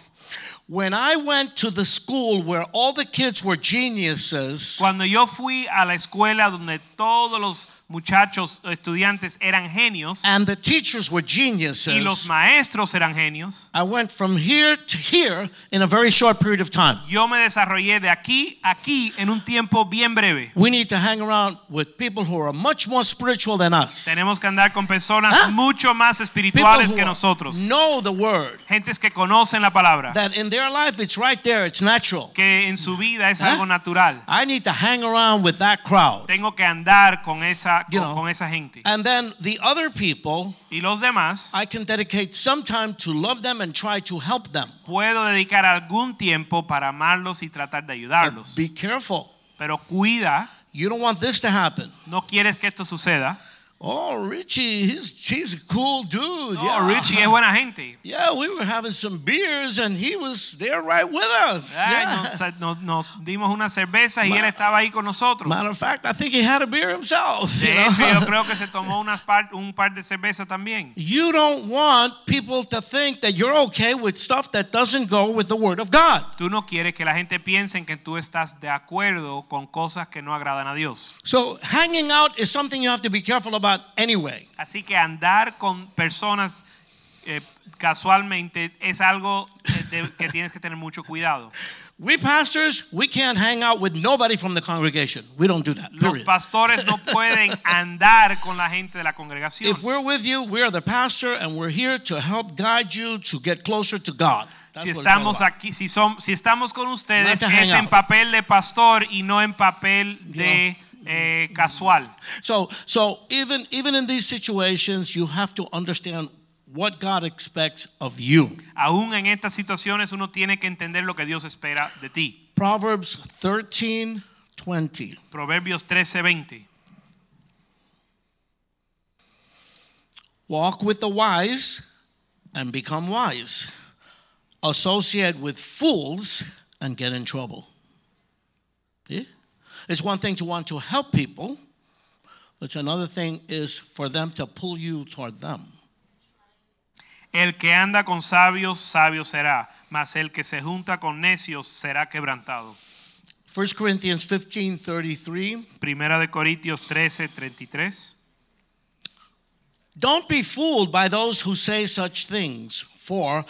A: When I went to the school where all the kids were geniuses,
B: Cuando yo fui a la escuela donde todos los muchachos estudiantes eran genios
A: and the teachers were
B: y los
A: geniuses,
B: maestros eran genios,
A: I went from here to here in a very short period of time.
B: yo me desarrollé de aquí a aquí en un tiempo bien breve.
A: We need to hang around with people who are much more spiritual than us.
B: Tenemos que andar con personas
A: Ah.
B: mucho más
A: People
B: espirituales
A: who
B: que nosotros.
A: Know the word
B: Gentes que conocen la palabra.
A: that in their their life, it's right there, it's natural.
B: que en su vida es
A: ¿Eh?
B: algo natural.
A: I need to hang around with that crowd.
B: Tengo que andar con esa,
A: You
B: con,
A: know.
B: con esa gente.
A: And then the other people,
B: Y los demás,
A: I can dedicate some time to love them and try to help them.
B: puedo dedicar algún tiempo para amarlos y tratar
A: But
B: de ayudarlos.
A: Ah, be careful.
B: Pero cuida,
A: You don't want this to happen.
B: no quieres que esto suceda.
A: Oh, Richie, he's, he's a cool dude.
B: No,
A: yeah.
B: Oh, Richie es buena gente.
A: Yeah, we were having some beers and he was there right with us.
B: Ay,
A: Yeah.
B: nos, nos- nos dimos una cerveza y
A: Ma-
B: él estaba ahí con nosotros.
A: Matter of fact, I think he had a beer himself. you
B: De hecho,
A: know?
B: yo creo que se tomó unas par- un par de cervezas también.
A: You don't want people to think that you're okay with stuff that doesn't go with the Word of God.
B: Tú no quieres que la gente piense que tú estás de acuerdo con cosas que no agradan a Dios.
A: So hanging out is something you have to be careful about anyway.
B: Así que andar con personas eh, casualmente es algo eh, de- que tienes que tener mucho cuidado.
A: We pastors, we can't hang out with nobody from the congregation. We don't do that.
B: Los
A: period.
B: pastores no pueden andar con la gente de la congregación.
A: If we're with you, we are the pastor and we're here to help guide you to get closer to God. That's what
B: Si
A: it's all
B: estamos
A: about.
B: aquí, si, son, si estamos con ustedes,
A: Not to hang
B: es en
A: out.
B: papel de pastor y no en papel de eh, casual.
A: So so even even in these situations, you have to understand what God expects of you.
B: Aún en estas situaciones uno tiene que entender lo que Dios espera de ti.
A: Proverbs 13, 20.
B: Proverbios 13:20.
A: Walk with the wise and become wise. Associate with fools and get in trouble. See? It's one thing to want to help people, it's another thing is for them to pull you toward them.
B: El que anda con sabios, sabio será, mas el que se junta con necios será quebrantado.
A: 1 Corinthians 15 33.
B: Primera de Corintios 13:33.
A: Don't be fooled by those who say such things, for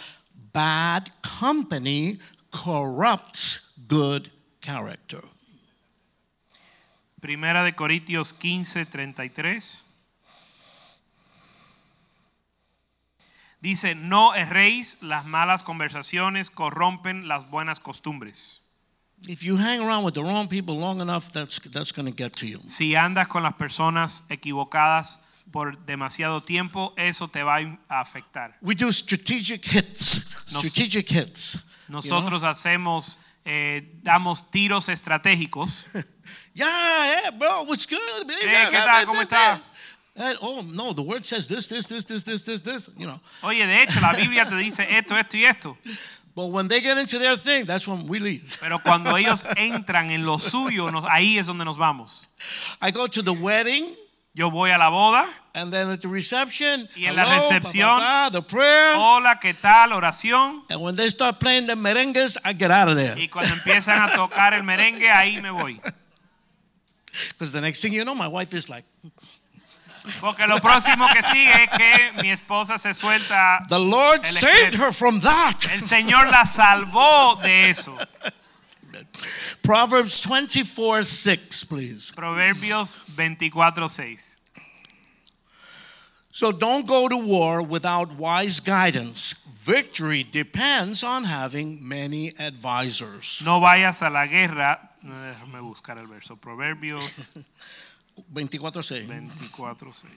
A: bad company corrupts good character.
B: Primera de Corintios 15:33. Dice, no erréis, las malas conversaciones corrompen las buenas costumbres.
A: If you hang around with the wrong people long enough, that's, that's going to get to you.
B: Si andas con las personas equivocadas por demasiado tiempo, eso te va a afectar.
A: We do strategic hits.
B: Nos-
A: strategic hits.
B: Nosotros hacemos, eh, damos tiros estratégicos.
A: Yeah, yeah, bro, what's good?
B: Hey, ¿qué tal? ¿Cómo está?
A: And, oh, no, the word says this, this, this, this, this, this, this, you know.
B: Oye, de hecho, la Biblia te dice esto, esto y esto.
A: But when they get into their thing, that's when we leave.
B: Pero cuando ellos entran en lo suyo, nos- ahí es donde nos vamos.
A: I go to the wedding,
B: Yo voy a la boda.
A: and then at the reception,
B: Y en la
A: hello, pa, pa,
B: recepción- oh.
A: pa, the prayer.
B: Hola, ¿qué tal? Oración.
A: And when they start playing the merengues, I get out of there.
B: Y cuando empiezan a tocar el merengue, ahí me voy.
A: Because the next thing you know, my wife is like,
B: Porque lo próximo que sigue es que mi esposa se suelta.
A: the Lord
B: El
A: saved
B: espíritu.
A: her from that.
B: El Señor la salvó de eso.
A: Proverbs 24 6, please.
B: Proverbios 24, 6.
A: So don't go to war without wise guidance. Victory depends on having many advisors.
B: No vayas a la guerra. no, Déjame buscar el verso. Proverbios
A: 24 6.
B: 24, 6.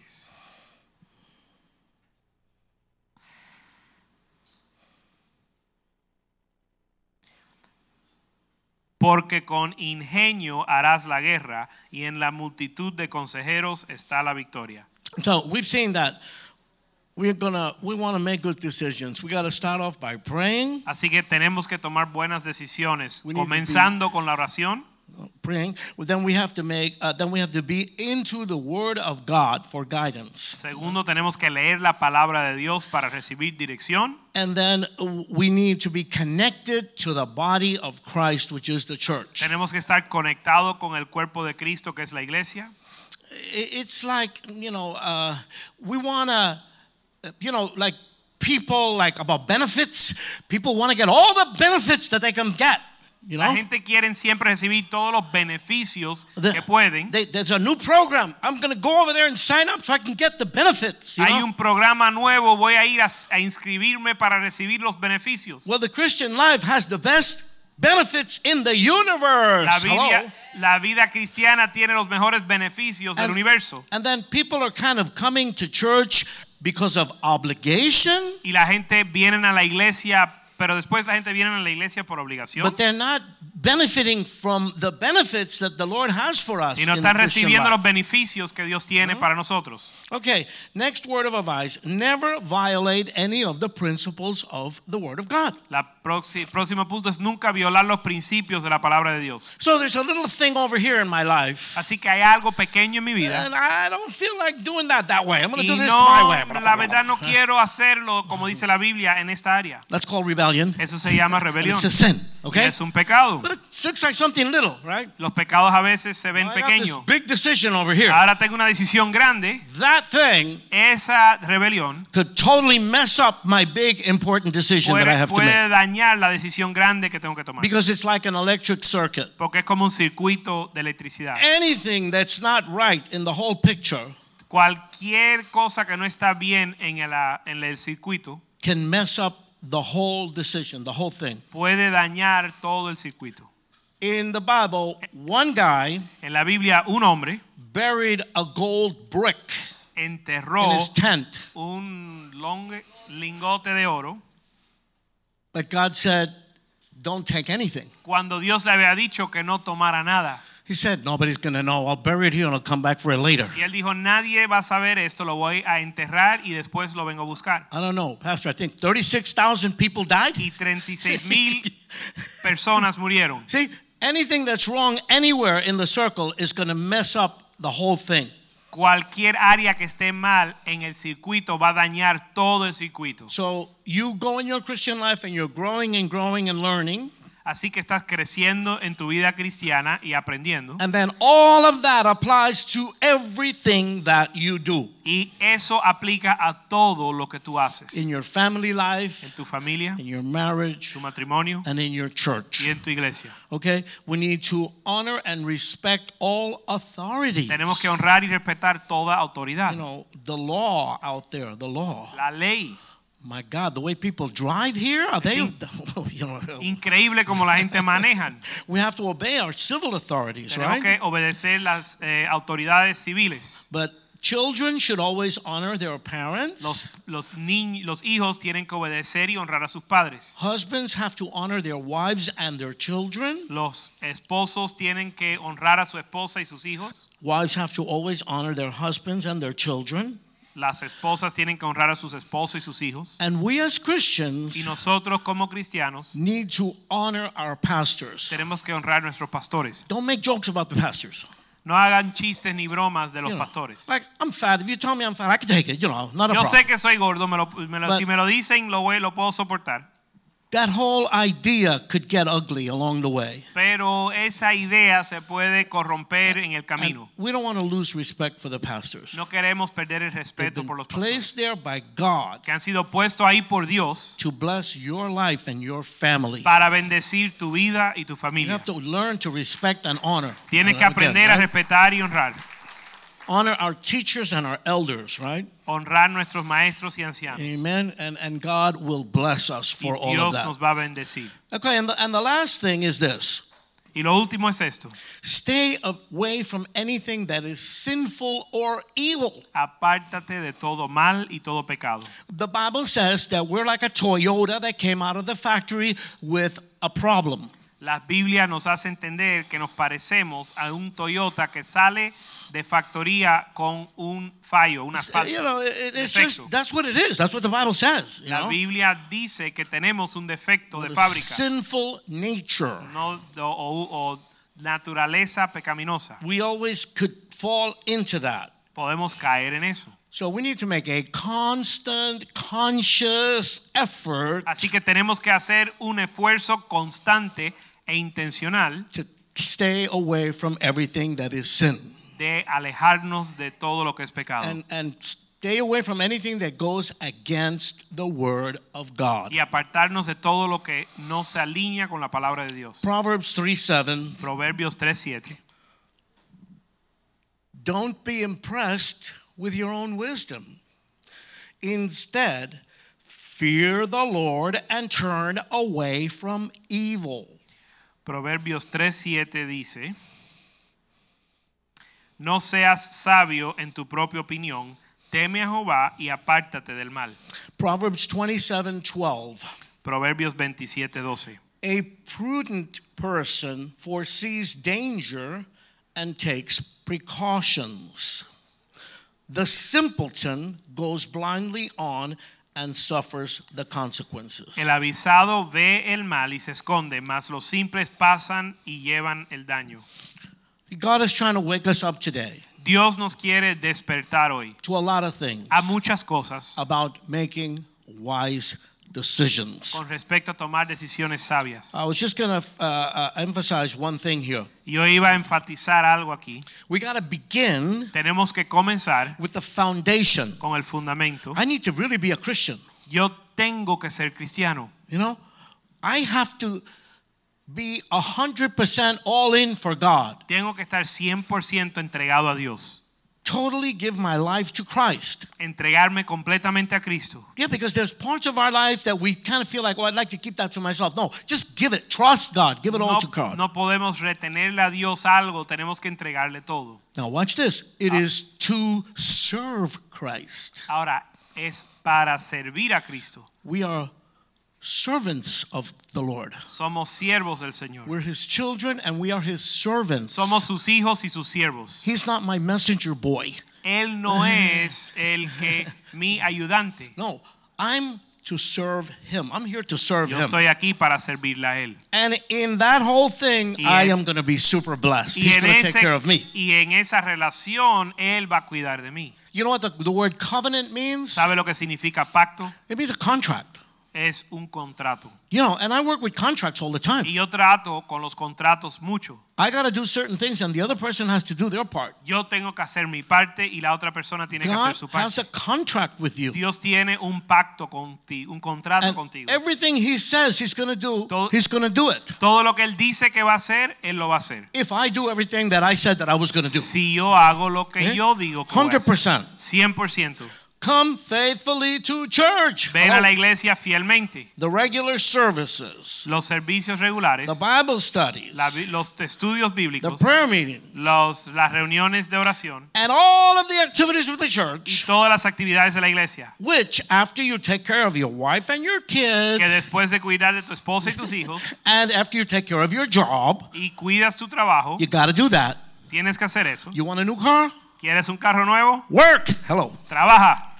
B: Porque con ingenio harás la guerra y en la multitud de consejeros está la victoria.
A: So we've seen that. We're gonna we want to make good decisions. We gotta start off by praying,
B: Así que tenemos que tomar buenas decisiones,
A: We need to be-
B: comenzando con la oración.
A: praying. Then we have to make uh, then we have to be into the Word of God for guidance.
B: Segundo, tenemos que leer la palabra de Dios para recibir dirección.
A: And then we need to be connected to the body of Christ, which is the church. I-
B: Tenemos que estar conectado con el cuerpo de Cristo, que es la iglesia.
A: It's like, you know, uh, we want to, you know, like people, like about benefits, people want to get all the benefits that they can get. You
B: La
A: know?
B: gente quiere siempre recibir todos los beneficios
A: The-
B: que pueden.
A: They, there's a new program. I'm going to go over there and sign up so I can get the benefits. you
B: Hay
A: know?
B: un programa nuevo, voy a ir a, a inscribirme para recibir los beneficios.
A: Well, the Christian life has the best benefits in the universe.
B: La
A: Hello?
B: vida, la vida cristiana tiene los mejores beneficios del
A: And-
B: universo.
A: And then people are kind of coming to church because of obligation,
B: Y la gente viene a la iglesia, pero después la gente viene a la iglesia por obligación.
A: but they're not benefiting from the benefits that the Lord has for us.
B: Y no
A: in the
B: están
A: Christian life.
B: recibiendo
A: Mm-hmm.
B: los beneficios que Dios tiene para nosotros.
A: Okay, next word of advice never violate any of the principles of the Word of God.
B: La proxi- próximo punto es nunca violar los principios de la palabra de Dios.
A: So there's a little thing over here in my life.
B: Así que hay algo pequeño en mi vida.
A: And I don't feel like doing that that way. I'm going to
B: Y
A: do this my
B: no,
A: way.
B: la verdad no quiero hacerlo como dice la Biblia en esta área.
A: That's called rebellion.
B: Eso se llama rebelión.
A: It's a sin.
B: Y
A: Okay?
B: Es un pecado.
A: But it looks like something little, right?
B: Los pecados a veces se ven Ah,
A: I got this
B: pequeños.
A: big decision over here.
B: Ahora tengo una decisión grande.
A: That thing
B: Esa rebelión
A: could totally mess up my big important decision that I
B: puede,
A: have to make
B: puede dañar la decisión grande que tengo que tomar.
A: because it's like an electric circuit.
B: Porque es como un circuito de electricidad.
A: Eh. Anything that's not right in the whole picture
B: Cualquier cosa que no está bien en la- en el circuito
A: can mess up the whole decision, the whole thing.
B: puede dañar todo el circuito.
A: In the Bible, one guy
B: En la Biblia, un hombre
A: buried a gold brick in
B: enterró
A: his tent,
B: un long- lingote de oro
A: but God said, "Don't take anything."
B: cuando Dios le había dicho que no tomara nada.
A: He said, "Nobody's going to know. I'll bury it here and I'll come back for it later."
B: Y él dijo, nadie va a saber esto, lo voy a enterrar y después lo vengo a buscar.
A: I don't know, Pastor. I think 36,000 people died.
B: Y 36 mil personas murieron.
A: See, anything that's wrong anywhere in the circle is going to mess up the whole thing.
B: Cualquier área que esté mal en el circuito va a dañar todo el circuito.
A: So you go in your Christian life and you're growing and growing and learning,
B: Así que estás creciendo en tu vida cristiana y aprendiendo.
A: and then all of that applies to everything that you do
B: Y eso aplica a todo lo que tú haces.
A: in your family
B: en
A: life,
B: tu familia,
A: in your marriage,
B: tu matrimonio
A: and in your
B: y
A: church.
B: en tu iglesia.
A: Okay? We need to honor and respect all authorities.
B: Tenemos que honrar y respetar toda autoridad.
A: You know, the law out there, the law.
B: La ley.
A: My God, the way people drive here, are they, you know,
B: Increíble como la gente manejan.
A: we have to obey our civil authorities,
B: Tenemos
A: right?
B: que obedecer las eh, autoridades civiles.
A: But children should always honor their parents.
B: Los, los, niñ- los hijos tienen que obedecer y honrar a sus padres.
A: Husbands have to honor their wives and their children.
B: Los esposos tienen que honrar a su esposa y sus hijos.
A: Wives have to always honor their husbands and their children.
B: Las esposas tienen que honrar a sus esposos y sus hijos.
A: And we as
B: Y
A: Christians
B: nosotros como cristianos
A: need to honor our pastors.
B: tenemos que honrar a nuestros pastores.
A: Don't make jokes about the pastors.
B: No hagan chistes ni bromas de los
A: You know,
B: pastores.
A: like I'm fat. If you tell me I'm fat, I can take it. You know, not a
B: Yo
A: problem.
B: sé que soy gordo, me lo- me lo-
A: But-
B: si me lo dicen lo, voy, lo puedo soportar,
A: That whole idea could get ugly along the way.
B: pero esa idea se puede corromper en el
A: And
B: camino.
A: we don't want to lose respect for the pastors.
B: No queremos perder el
A: They've
B: respeto
A: been
B: por los pastores,
A: placed there by God
B: que han sido puestos ahí por Dios
A: to bless your life and your family.
B: para bendecir tu vida y tu
A: You
B: familia.
A: have to learn to respect and honor.
B: Tienes que
A: Again,
B: aprender a
A: right?
B: respetar y honrar.
A: honor our teachers and our elders, right?
B: Honrar nuestros maestros y ancianos.
A: Amen. And and God will bless us
B: Y
A: for all of
B: Dios
A: that.
B: nos va a bendecir.
A: Okay, and the, and the last thing is this:
B: Y lo último es esto.
A: stay away from anything that is sinful or evil.
B: Apártate de todo mal y todo pecado.
A: The Bible says that we're like a Toyota that came out of the factory with a problem.
B: La Biblia nos hace entender que nos parecemos a un Toyota que sale de factoría con un fallo, una
A: You
B: falta.
A: know, it- it- it's
B: Defecto.
A: just that's what it is. That's what the Bible says. You
B: La
A: know?
B: Biblia dice que tenemos un defecto de
A: With a
B: fábrica
A: sinful nature.
B: no, o, o- o naturaleza pecaminosa.
A: We always could fall into that.
B: Podemos caer en eso.
A: So we need to make a constant, conscious effort
B: Así que tenemos que hacer un esfuerzo constante e intencional
A: to stay away from everything that is sin
B: de alejarnos de todo lo que es pecado
A: and and Stay away from anything that goes against the word of God.
B: y apartarnos de todo lo que no se alinea con la palabra de Dios.
A: Proverbs 3 7.
B: Proverbios 3:7.
A: Don't be impressed with your own wisdom. Instead, fear the Lord and turn away from evil.
B: Proverbios 3:7 dice, No seas sabio en tu propia opinión, teme a Jehová y apártate del mal.
A: Proverbs 27 12.
B: Proverbios 27:12.
A: A prudent person foresees danger and takes precautions. The simpleton goes blindly on and suffers the consequences.
B: El avisado ve el mal y se esconde, mas los simples pasan y llevan el daño.
A: God is trying to wake us up today
B: Dios nos quiere despertar hoy
A: to a lot of things
B: a muchas cosas
A: about making wise decisions.
B: con respecto a tomar decisiones sabias.
A: I was just going to uh, uh, emphasize one thing here.
B: Yo iba a enfatizar algo aquí.
A: We got to begin
B: Tenemos que comenzar
A: with the foundation.
B: con el fundamento.
A: I need to really be a Christian.
B: Yo tengo que ser cristiano.
A: You know, I have to be 100% all in for God,
B: Tengo que estar 100% entregado a Dios.
A: totally give my life to Christ.
B: Entregarme completamente a Cristo.
A: Yeah, because there's parts of our life that we kind of feel like, oh, I'd like to keep that to myself. No, just give it. Trust God. Give it all
B: No,
A: to God.
B: no podemos retenerle a Dios algo, tenemos que entregarle todo.
A: Now, watch this It is
B: Ah.
A: to serve Christ.
B: Ahora, es para servir a Cristo.
A: We are servants of the Lord.
B: Somos siervos del Señor.
A: We're his children and we are his servants.
B: Somos sus hijos y sus siervos.
A: He's not my messenger boy.
B: Él no es el que mi ayudante.
A: No, I'm to serve him. I'm here to serve
B: Yo
A: him.
B: estoy aquí para servirle a Él.
A: And in that whole thing,
B: Y
A: I
B: en-
A: am going to be super blessed.
B: Y
A: He's
B: en,
A: going to take
B: ese-
A: care of me.
B: y en esa relación Él va a cuidar de mí.
A: You know what the, the word covenant means?
B: ¿Sabe lo que significa pacto?
A: It means a contract.
B: Es un contrato.
A: You know, and I work with contracts all the time.
B: Y yo trato con los contratos mucho.
A: I got to do certain things, and the other person has to do their part.
B: Yo tengo que hacer mi parte y la otra persona tiene que
A: God
B: hacer su
A: has
B: parte.
A: a contract with you.
B: Dios tiene un pacto contigo, un contrato
A: And
B: contigo.
A: everything he says he's going to do,
B: Todo-
A: he's going to do it.
B: Todo lo que Él dice que va a hacer, Él lo va a hacer.
A: If I do everything that I said that I was going to do,
B: Si yo hago lo que
A: Eh?
B: yo digo que voy a hacer.
A: 100%.
B: 100%.
A: Come faithfully to church.
B: Ven a la
A: Hello.
B: iglesia fielmente.
A: The regular services,
B: Los servicios regulares,
A: the Bible studies,
B: la bi- los estudios
A: the
B: bíblicos,
A: prayer meeting.
B: los, las reuniones de oración
A: and all of the activities of the
B: y
A: church,
B: todas las actividades de la iglesia.
A: which after you take care of your wife and your
B: Que
A: kids,
B: después de cuidar de tu esposa y tus hijos
A: and after you take care of your job,
B: y cuidas tu trabajo,
A: you got to do that.
B: tienes que hacer eso.
A: You want a new car?
B: ¿Quieres un carro nuevo?
A: Work. Hello.
B: Trabaja.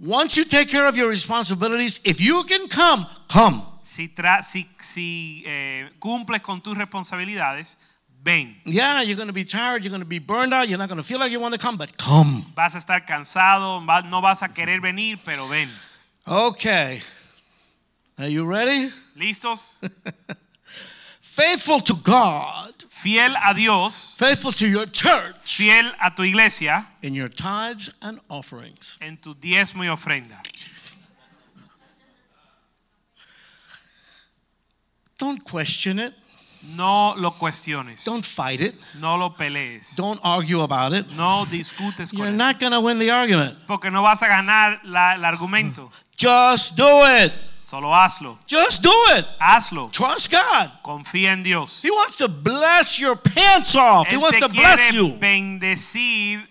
A: Once you take care of your responsibilities, if you can come, come.
B: Si, tra- si, si, eh, cumples con tus responsabilidades, ven.
A: Yeah, you're going to be tired, you're going to be burned out, you're not going to feel like you want to come, but come.
B: Vas a estar cansado, va- no vas a querer venir, pero ven.
A: Okay. Are you ready?
B: ¿Listos?
A: Faithful to God,
B: Fiel a Dios,
A: faithful to your church
B: fiel a tu iglesia
A: in your tithes and offerings.
B: en tu diezmo y ofrenda.
A: Don't question it,
B: No lo cuestiones,
A: don't fight it.
B: no lo pelees,
A: Don't argue about it.
B: no discutes con
A: You're
B: él.
A: not going to win the argument.
B: Porque no vas a ganar la- el argumento.
A: Just do it.
B: Solo hazlo.
A: Just do it.
B: Hazlo.
A: Trust God.
B: Confía en Dios.
A: He wants to bless your pants off. He
B: Él
A: wants
B: te
A: to bless
B: quiere
A: you.
B: bendecir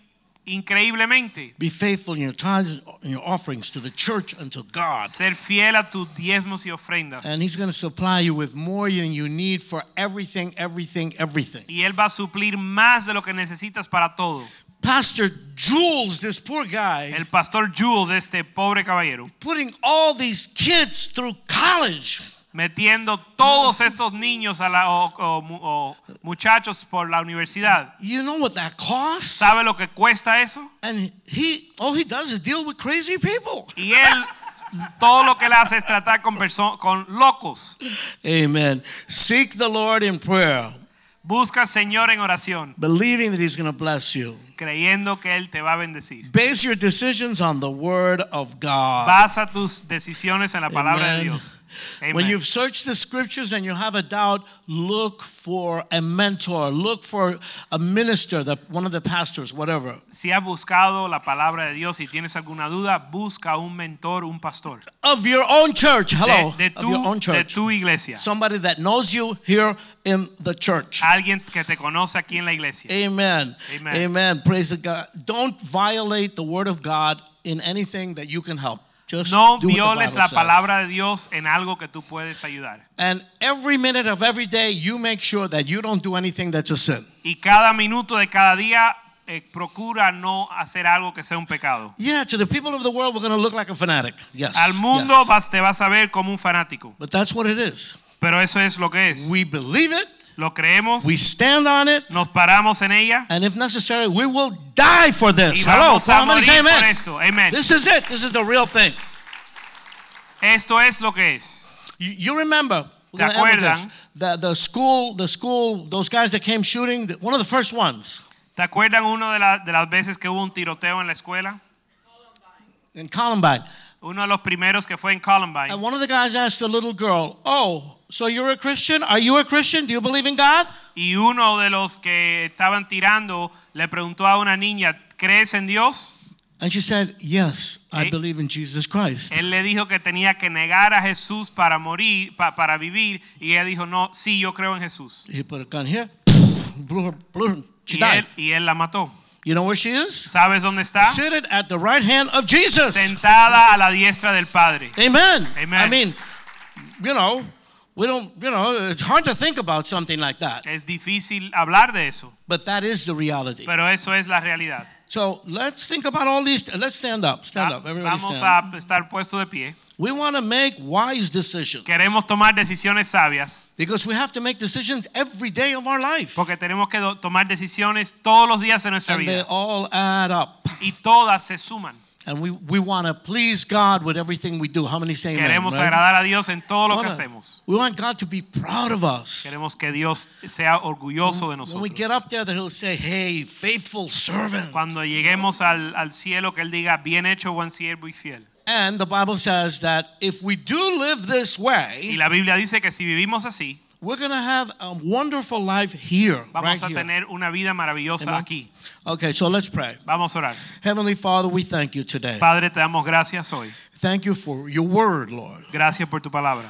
B: increíblemente.
A: Be faithful in your tithes and your offerings to the church and to God.
B: Ser fiel a tus diezmos y ofrendas.
A: And He's going to supply you with more than you need for everything, everything, everything.
B: Y Él va a suplir más de lo que necesitas para todo.
A: Pastor Jules, this poor guy,
B: El pastor Jules, este pobre caballero,
A: putting all these kids through college.
B: metiendo todos estos niños a la, o, o mu- o muchachos por la universidad.
A: You know what that costs?
B: ¿Sabe lo que cuesta eso?
A: And he, all he does is deal with crazy people.
B: Y él todo lo que le hace es tratar con, perso- con locos.
A: Amen. Seek the Lord in prayer.
B: Busca al Señor en oración,
A: believing that He's going to bless you.
B: creyendo que Él te va a bendecir.
A: Base your decisions on the Word of God.
B: Basa tus decisiones en la palabra de
A: Amen.
B: Dios. Amen.
A: When you've searched the scriptures and you have a doubt, look for a mentor, look for a minister, the, one of the pastors, whatever.
B: si has buscado la palabra de Dios y tienes alguna duda, busca un mentor, un pastor
A: Of your own church. Hello.
B: de, de
A: of your
B: tu,
A: own
B: de
A: church.
B: tu iglesia.
A: Somebody that knows you here in the church.
B: Alguien que te conoce aquí en la iglesia.
A: Amen.
B: Ah. Amen.
A: Praise the God. Don't violate the word of God in anything that you can help. Just
B: No
A: do what the
B: violes
A: Bible
B: la
A: says.
B: palabra de Dios en algo que tú puedes ayudar.
A: And every minute of every day, you make sure that you don't do anything that's a sin.
B: Y cada minuto de cada día eh, procura no hacer algo que sea un pecado.
A: Yeah, to the people of the world, we're going to look like a fanatic. Yes.
B: Al mundo
A: yes.
B: vas- te vas a ver como un fanático,
A: But that's what it is.
B: pero eso es lo que es.
A: We believe it,
B: Lo creemos,
A: we stand on it,
B: nos paramos en ella
A: and if necessary, we will die for
B: y
A: this. Hello.
B: vamos a
A: Somebody
B: morir
A: say
B: por
A: amen.
B: esto. Amen.
A: This is it. This is the real thing.
B: Esto es lo que es.
A: You, you remember we're
B: ¿Te
A: gonna end with
B: acuerdan?
A: this. The, the school, the school, those guys that came shooting, the- one of the first ones
B: ¿Te acuerdan una de, la- de las veces que hubo un tiroteo en la escuela?
A: in Columbine.
B: Uno de los primeros que fue en Columbine.
A: And one of the guys asked the little girl, "Oh, so you're a Christian? Are you a Christian? Do you believe in God?"
B: Y uno de los que estaban tirando le preguntó a una niña, ¿crees en Dios?
A: And she said, "Yes, I
B: Eh?
A: believe in Jesus Christ."
B: Él le dijo que tenía que negar a Jesús para morir, pa- para vivir. Y ella dijo, no, sí, yo creo en Jesús.
A: He put a gun here, blew her, blew her. She
B: Y
A: died.
B: él, y él la mató.
A: You know where she is?
B: ¿Sabes dónde está?
A: Seated at the right hand of Jesus.
B: Sentada a la diestra del Padre.
A: Amen.
B: Amen.
A: I mean, you know, we don't. You know, it's hard to think about something like that,
B: Es difícil hablar de eso,
A: but that is the reality.
B: pero eso es la realidad.
A: So let's think about all these. Let's stand up. Stand up. Everybody
B: Vamos
A: stand up.
B: a estar puestos de pie.
A: We want to make wise decisions.
B: Queremos tomar decisiones sabias
A: Because we have to make decisions every day of our life.
B: porque tenemos que do- tomar decisiones todos los días de nuestra
A: And they
B: vida
A: all add up.
B: y todas se suman.
A: And we, we want to please God with everything we do. How many say amen?
B: Queremos
A: right?
B: agradar a Dios en todo lo que
A: Wanna-
B: hacemos.
A: We want God to be proud of us.
B: Queremos que Dios sea orgulloso de
A: When we
B: nosotros.
A: get up there, that He'll say, Hey, faithful servant.
B: Cuando lleguemos al, al cielo, que Él diga, bien hecho, buen siervo y fiel.
A: And the Bible says that if we do live this
B: Y
A: way,
B: la Biblia dice que si vivimos así,
A: we're going to have a wonderful life here.
B: vamos
A: right
B: a
A: here.
B: tener una vida maravillosa
A: Amen.
B: aquí.
A: Okay, so let's pray.
B: Vamos a orar.
A: Heavenly Father, we thank you today.
B: Padre, te damos gracias hoy.
A: Thank you for your word, Lord.
B: Gracias por tu palabra.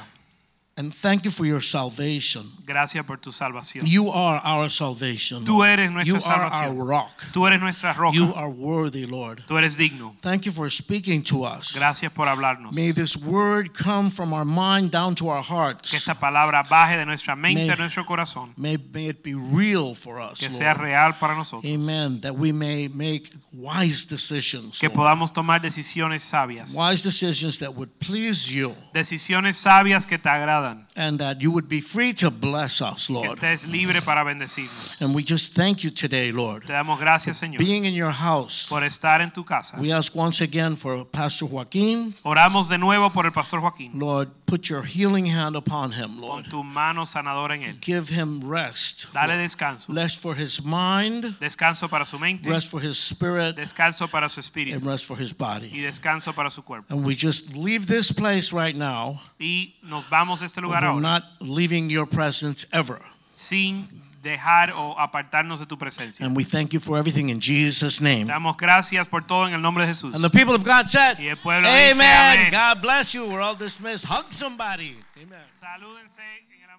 A: And thank you for your salvation.
B: Gracias por tu salvación.
A: You are our salvation.
B: Tú
A: Lord.
B: eres
A: You
B: nuestra
A: are our
B: salvación.
A: rock.
B: Tú eres nuestra roca.
A: You are worthy, Lord.
B: Tú eres digno.
A: Thank you for speaking to us.
B: Gracias por hablarnos.
A: May this word come from our mind down to our
B: Que
A: hearts.
B: esta palabra baje de nuestra mente
A: May-
B: a nuestro corazón.
A: May, may it be real for
B: Que
A: us,
B: sea
A: Lord.
B: real para nosotros.
A: Amen. That we may make wise decisions.
B: Que
A: Lord.
B: podamos tomar decisiones sabias.
A: Wise decisions that would please you
B: Decisiones sabias que te agradan.
A: and that you would be free to bless us,
B: Que
A: Lord.
B: estés libre para bendecirnos.
A: And we just thank you today, Lord.
B: Te damos gracias, Señor,
A: Being in your house,
B: por estar en tu casa.
A: we ask once again for Pastor Joaquin.
B: Oramos de nuevo por el pastor Joaquín.
A: Lord, put your healing hand upon him,
B: Con
A: Lord.
B: tu mano sanadora en él.
A: Give him rest.
B: Dale
A: Lord.
B: descanso.
A: Rest for his mind,
B: Descanso para su mente.
A: rest for his spirit,
B: Descanso para su espíritu.
A: and rest for his
B: Y
A: body.
B: descanso para su cuerpo.
A: And we just leave this place right now.
B: Y nos vamos de este
A: but
B: lugar
A: We're
B: ahora
A: not leaving your presence ever.
B: sin dejar o apartarnos de tu presencia.
A: And we thank you for everything in Jesus' name.
B: Damos gracias por todo en el nombre de Jesús.
A: And the people of God said,
B: Y el pueblo dice,
A: Amen.
B: amén.
A: God bless you. We're all dismissed. Hug somebody. Amen.
B: Salúdense en el amor.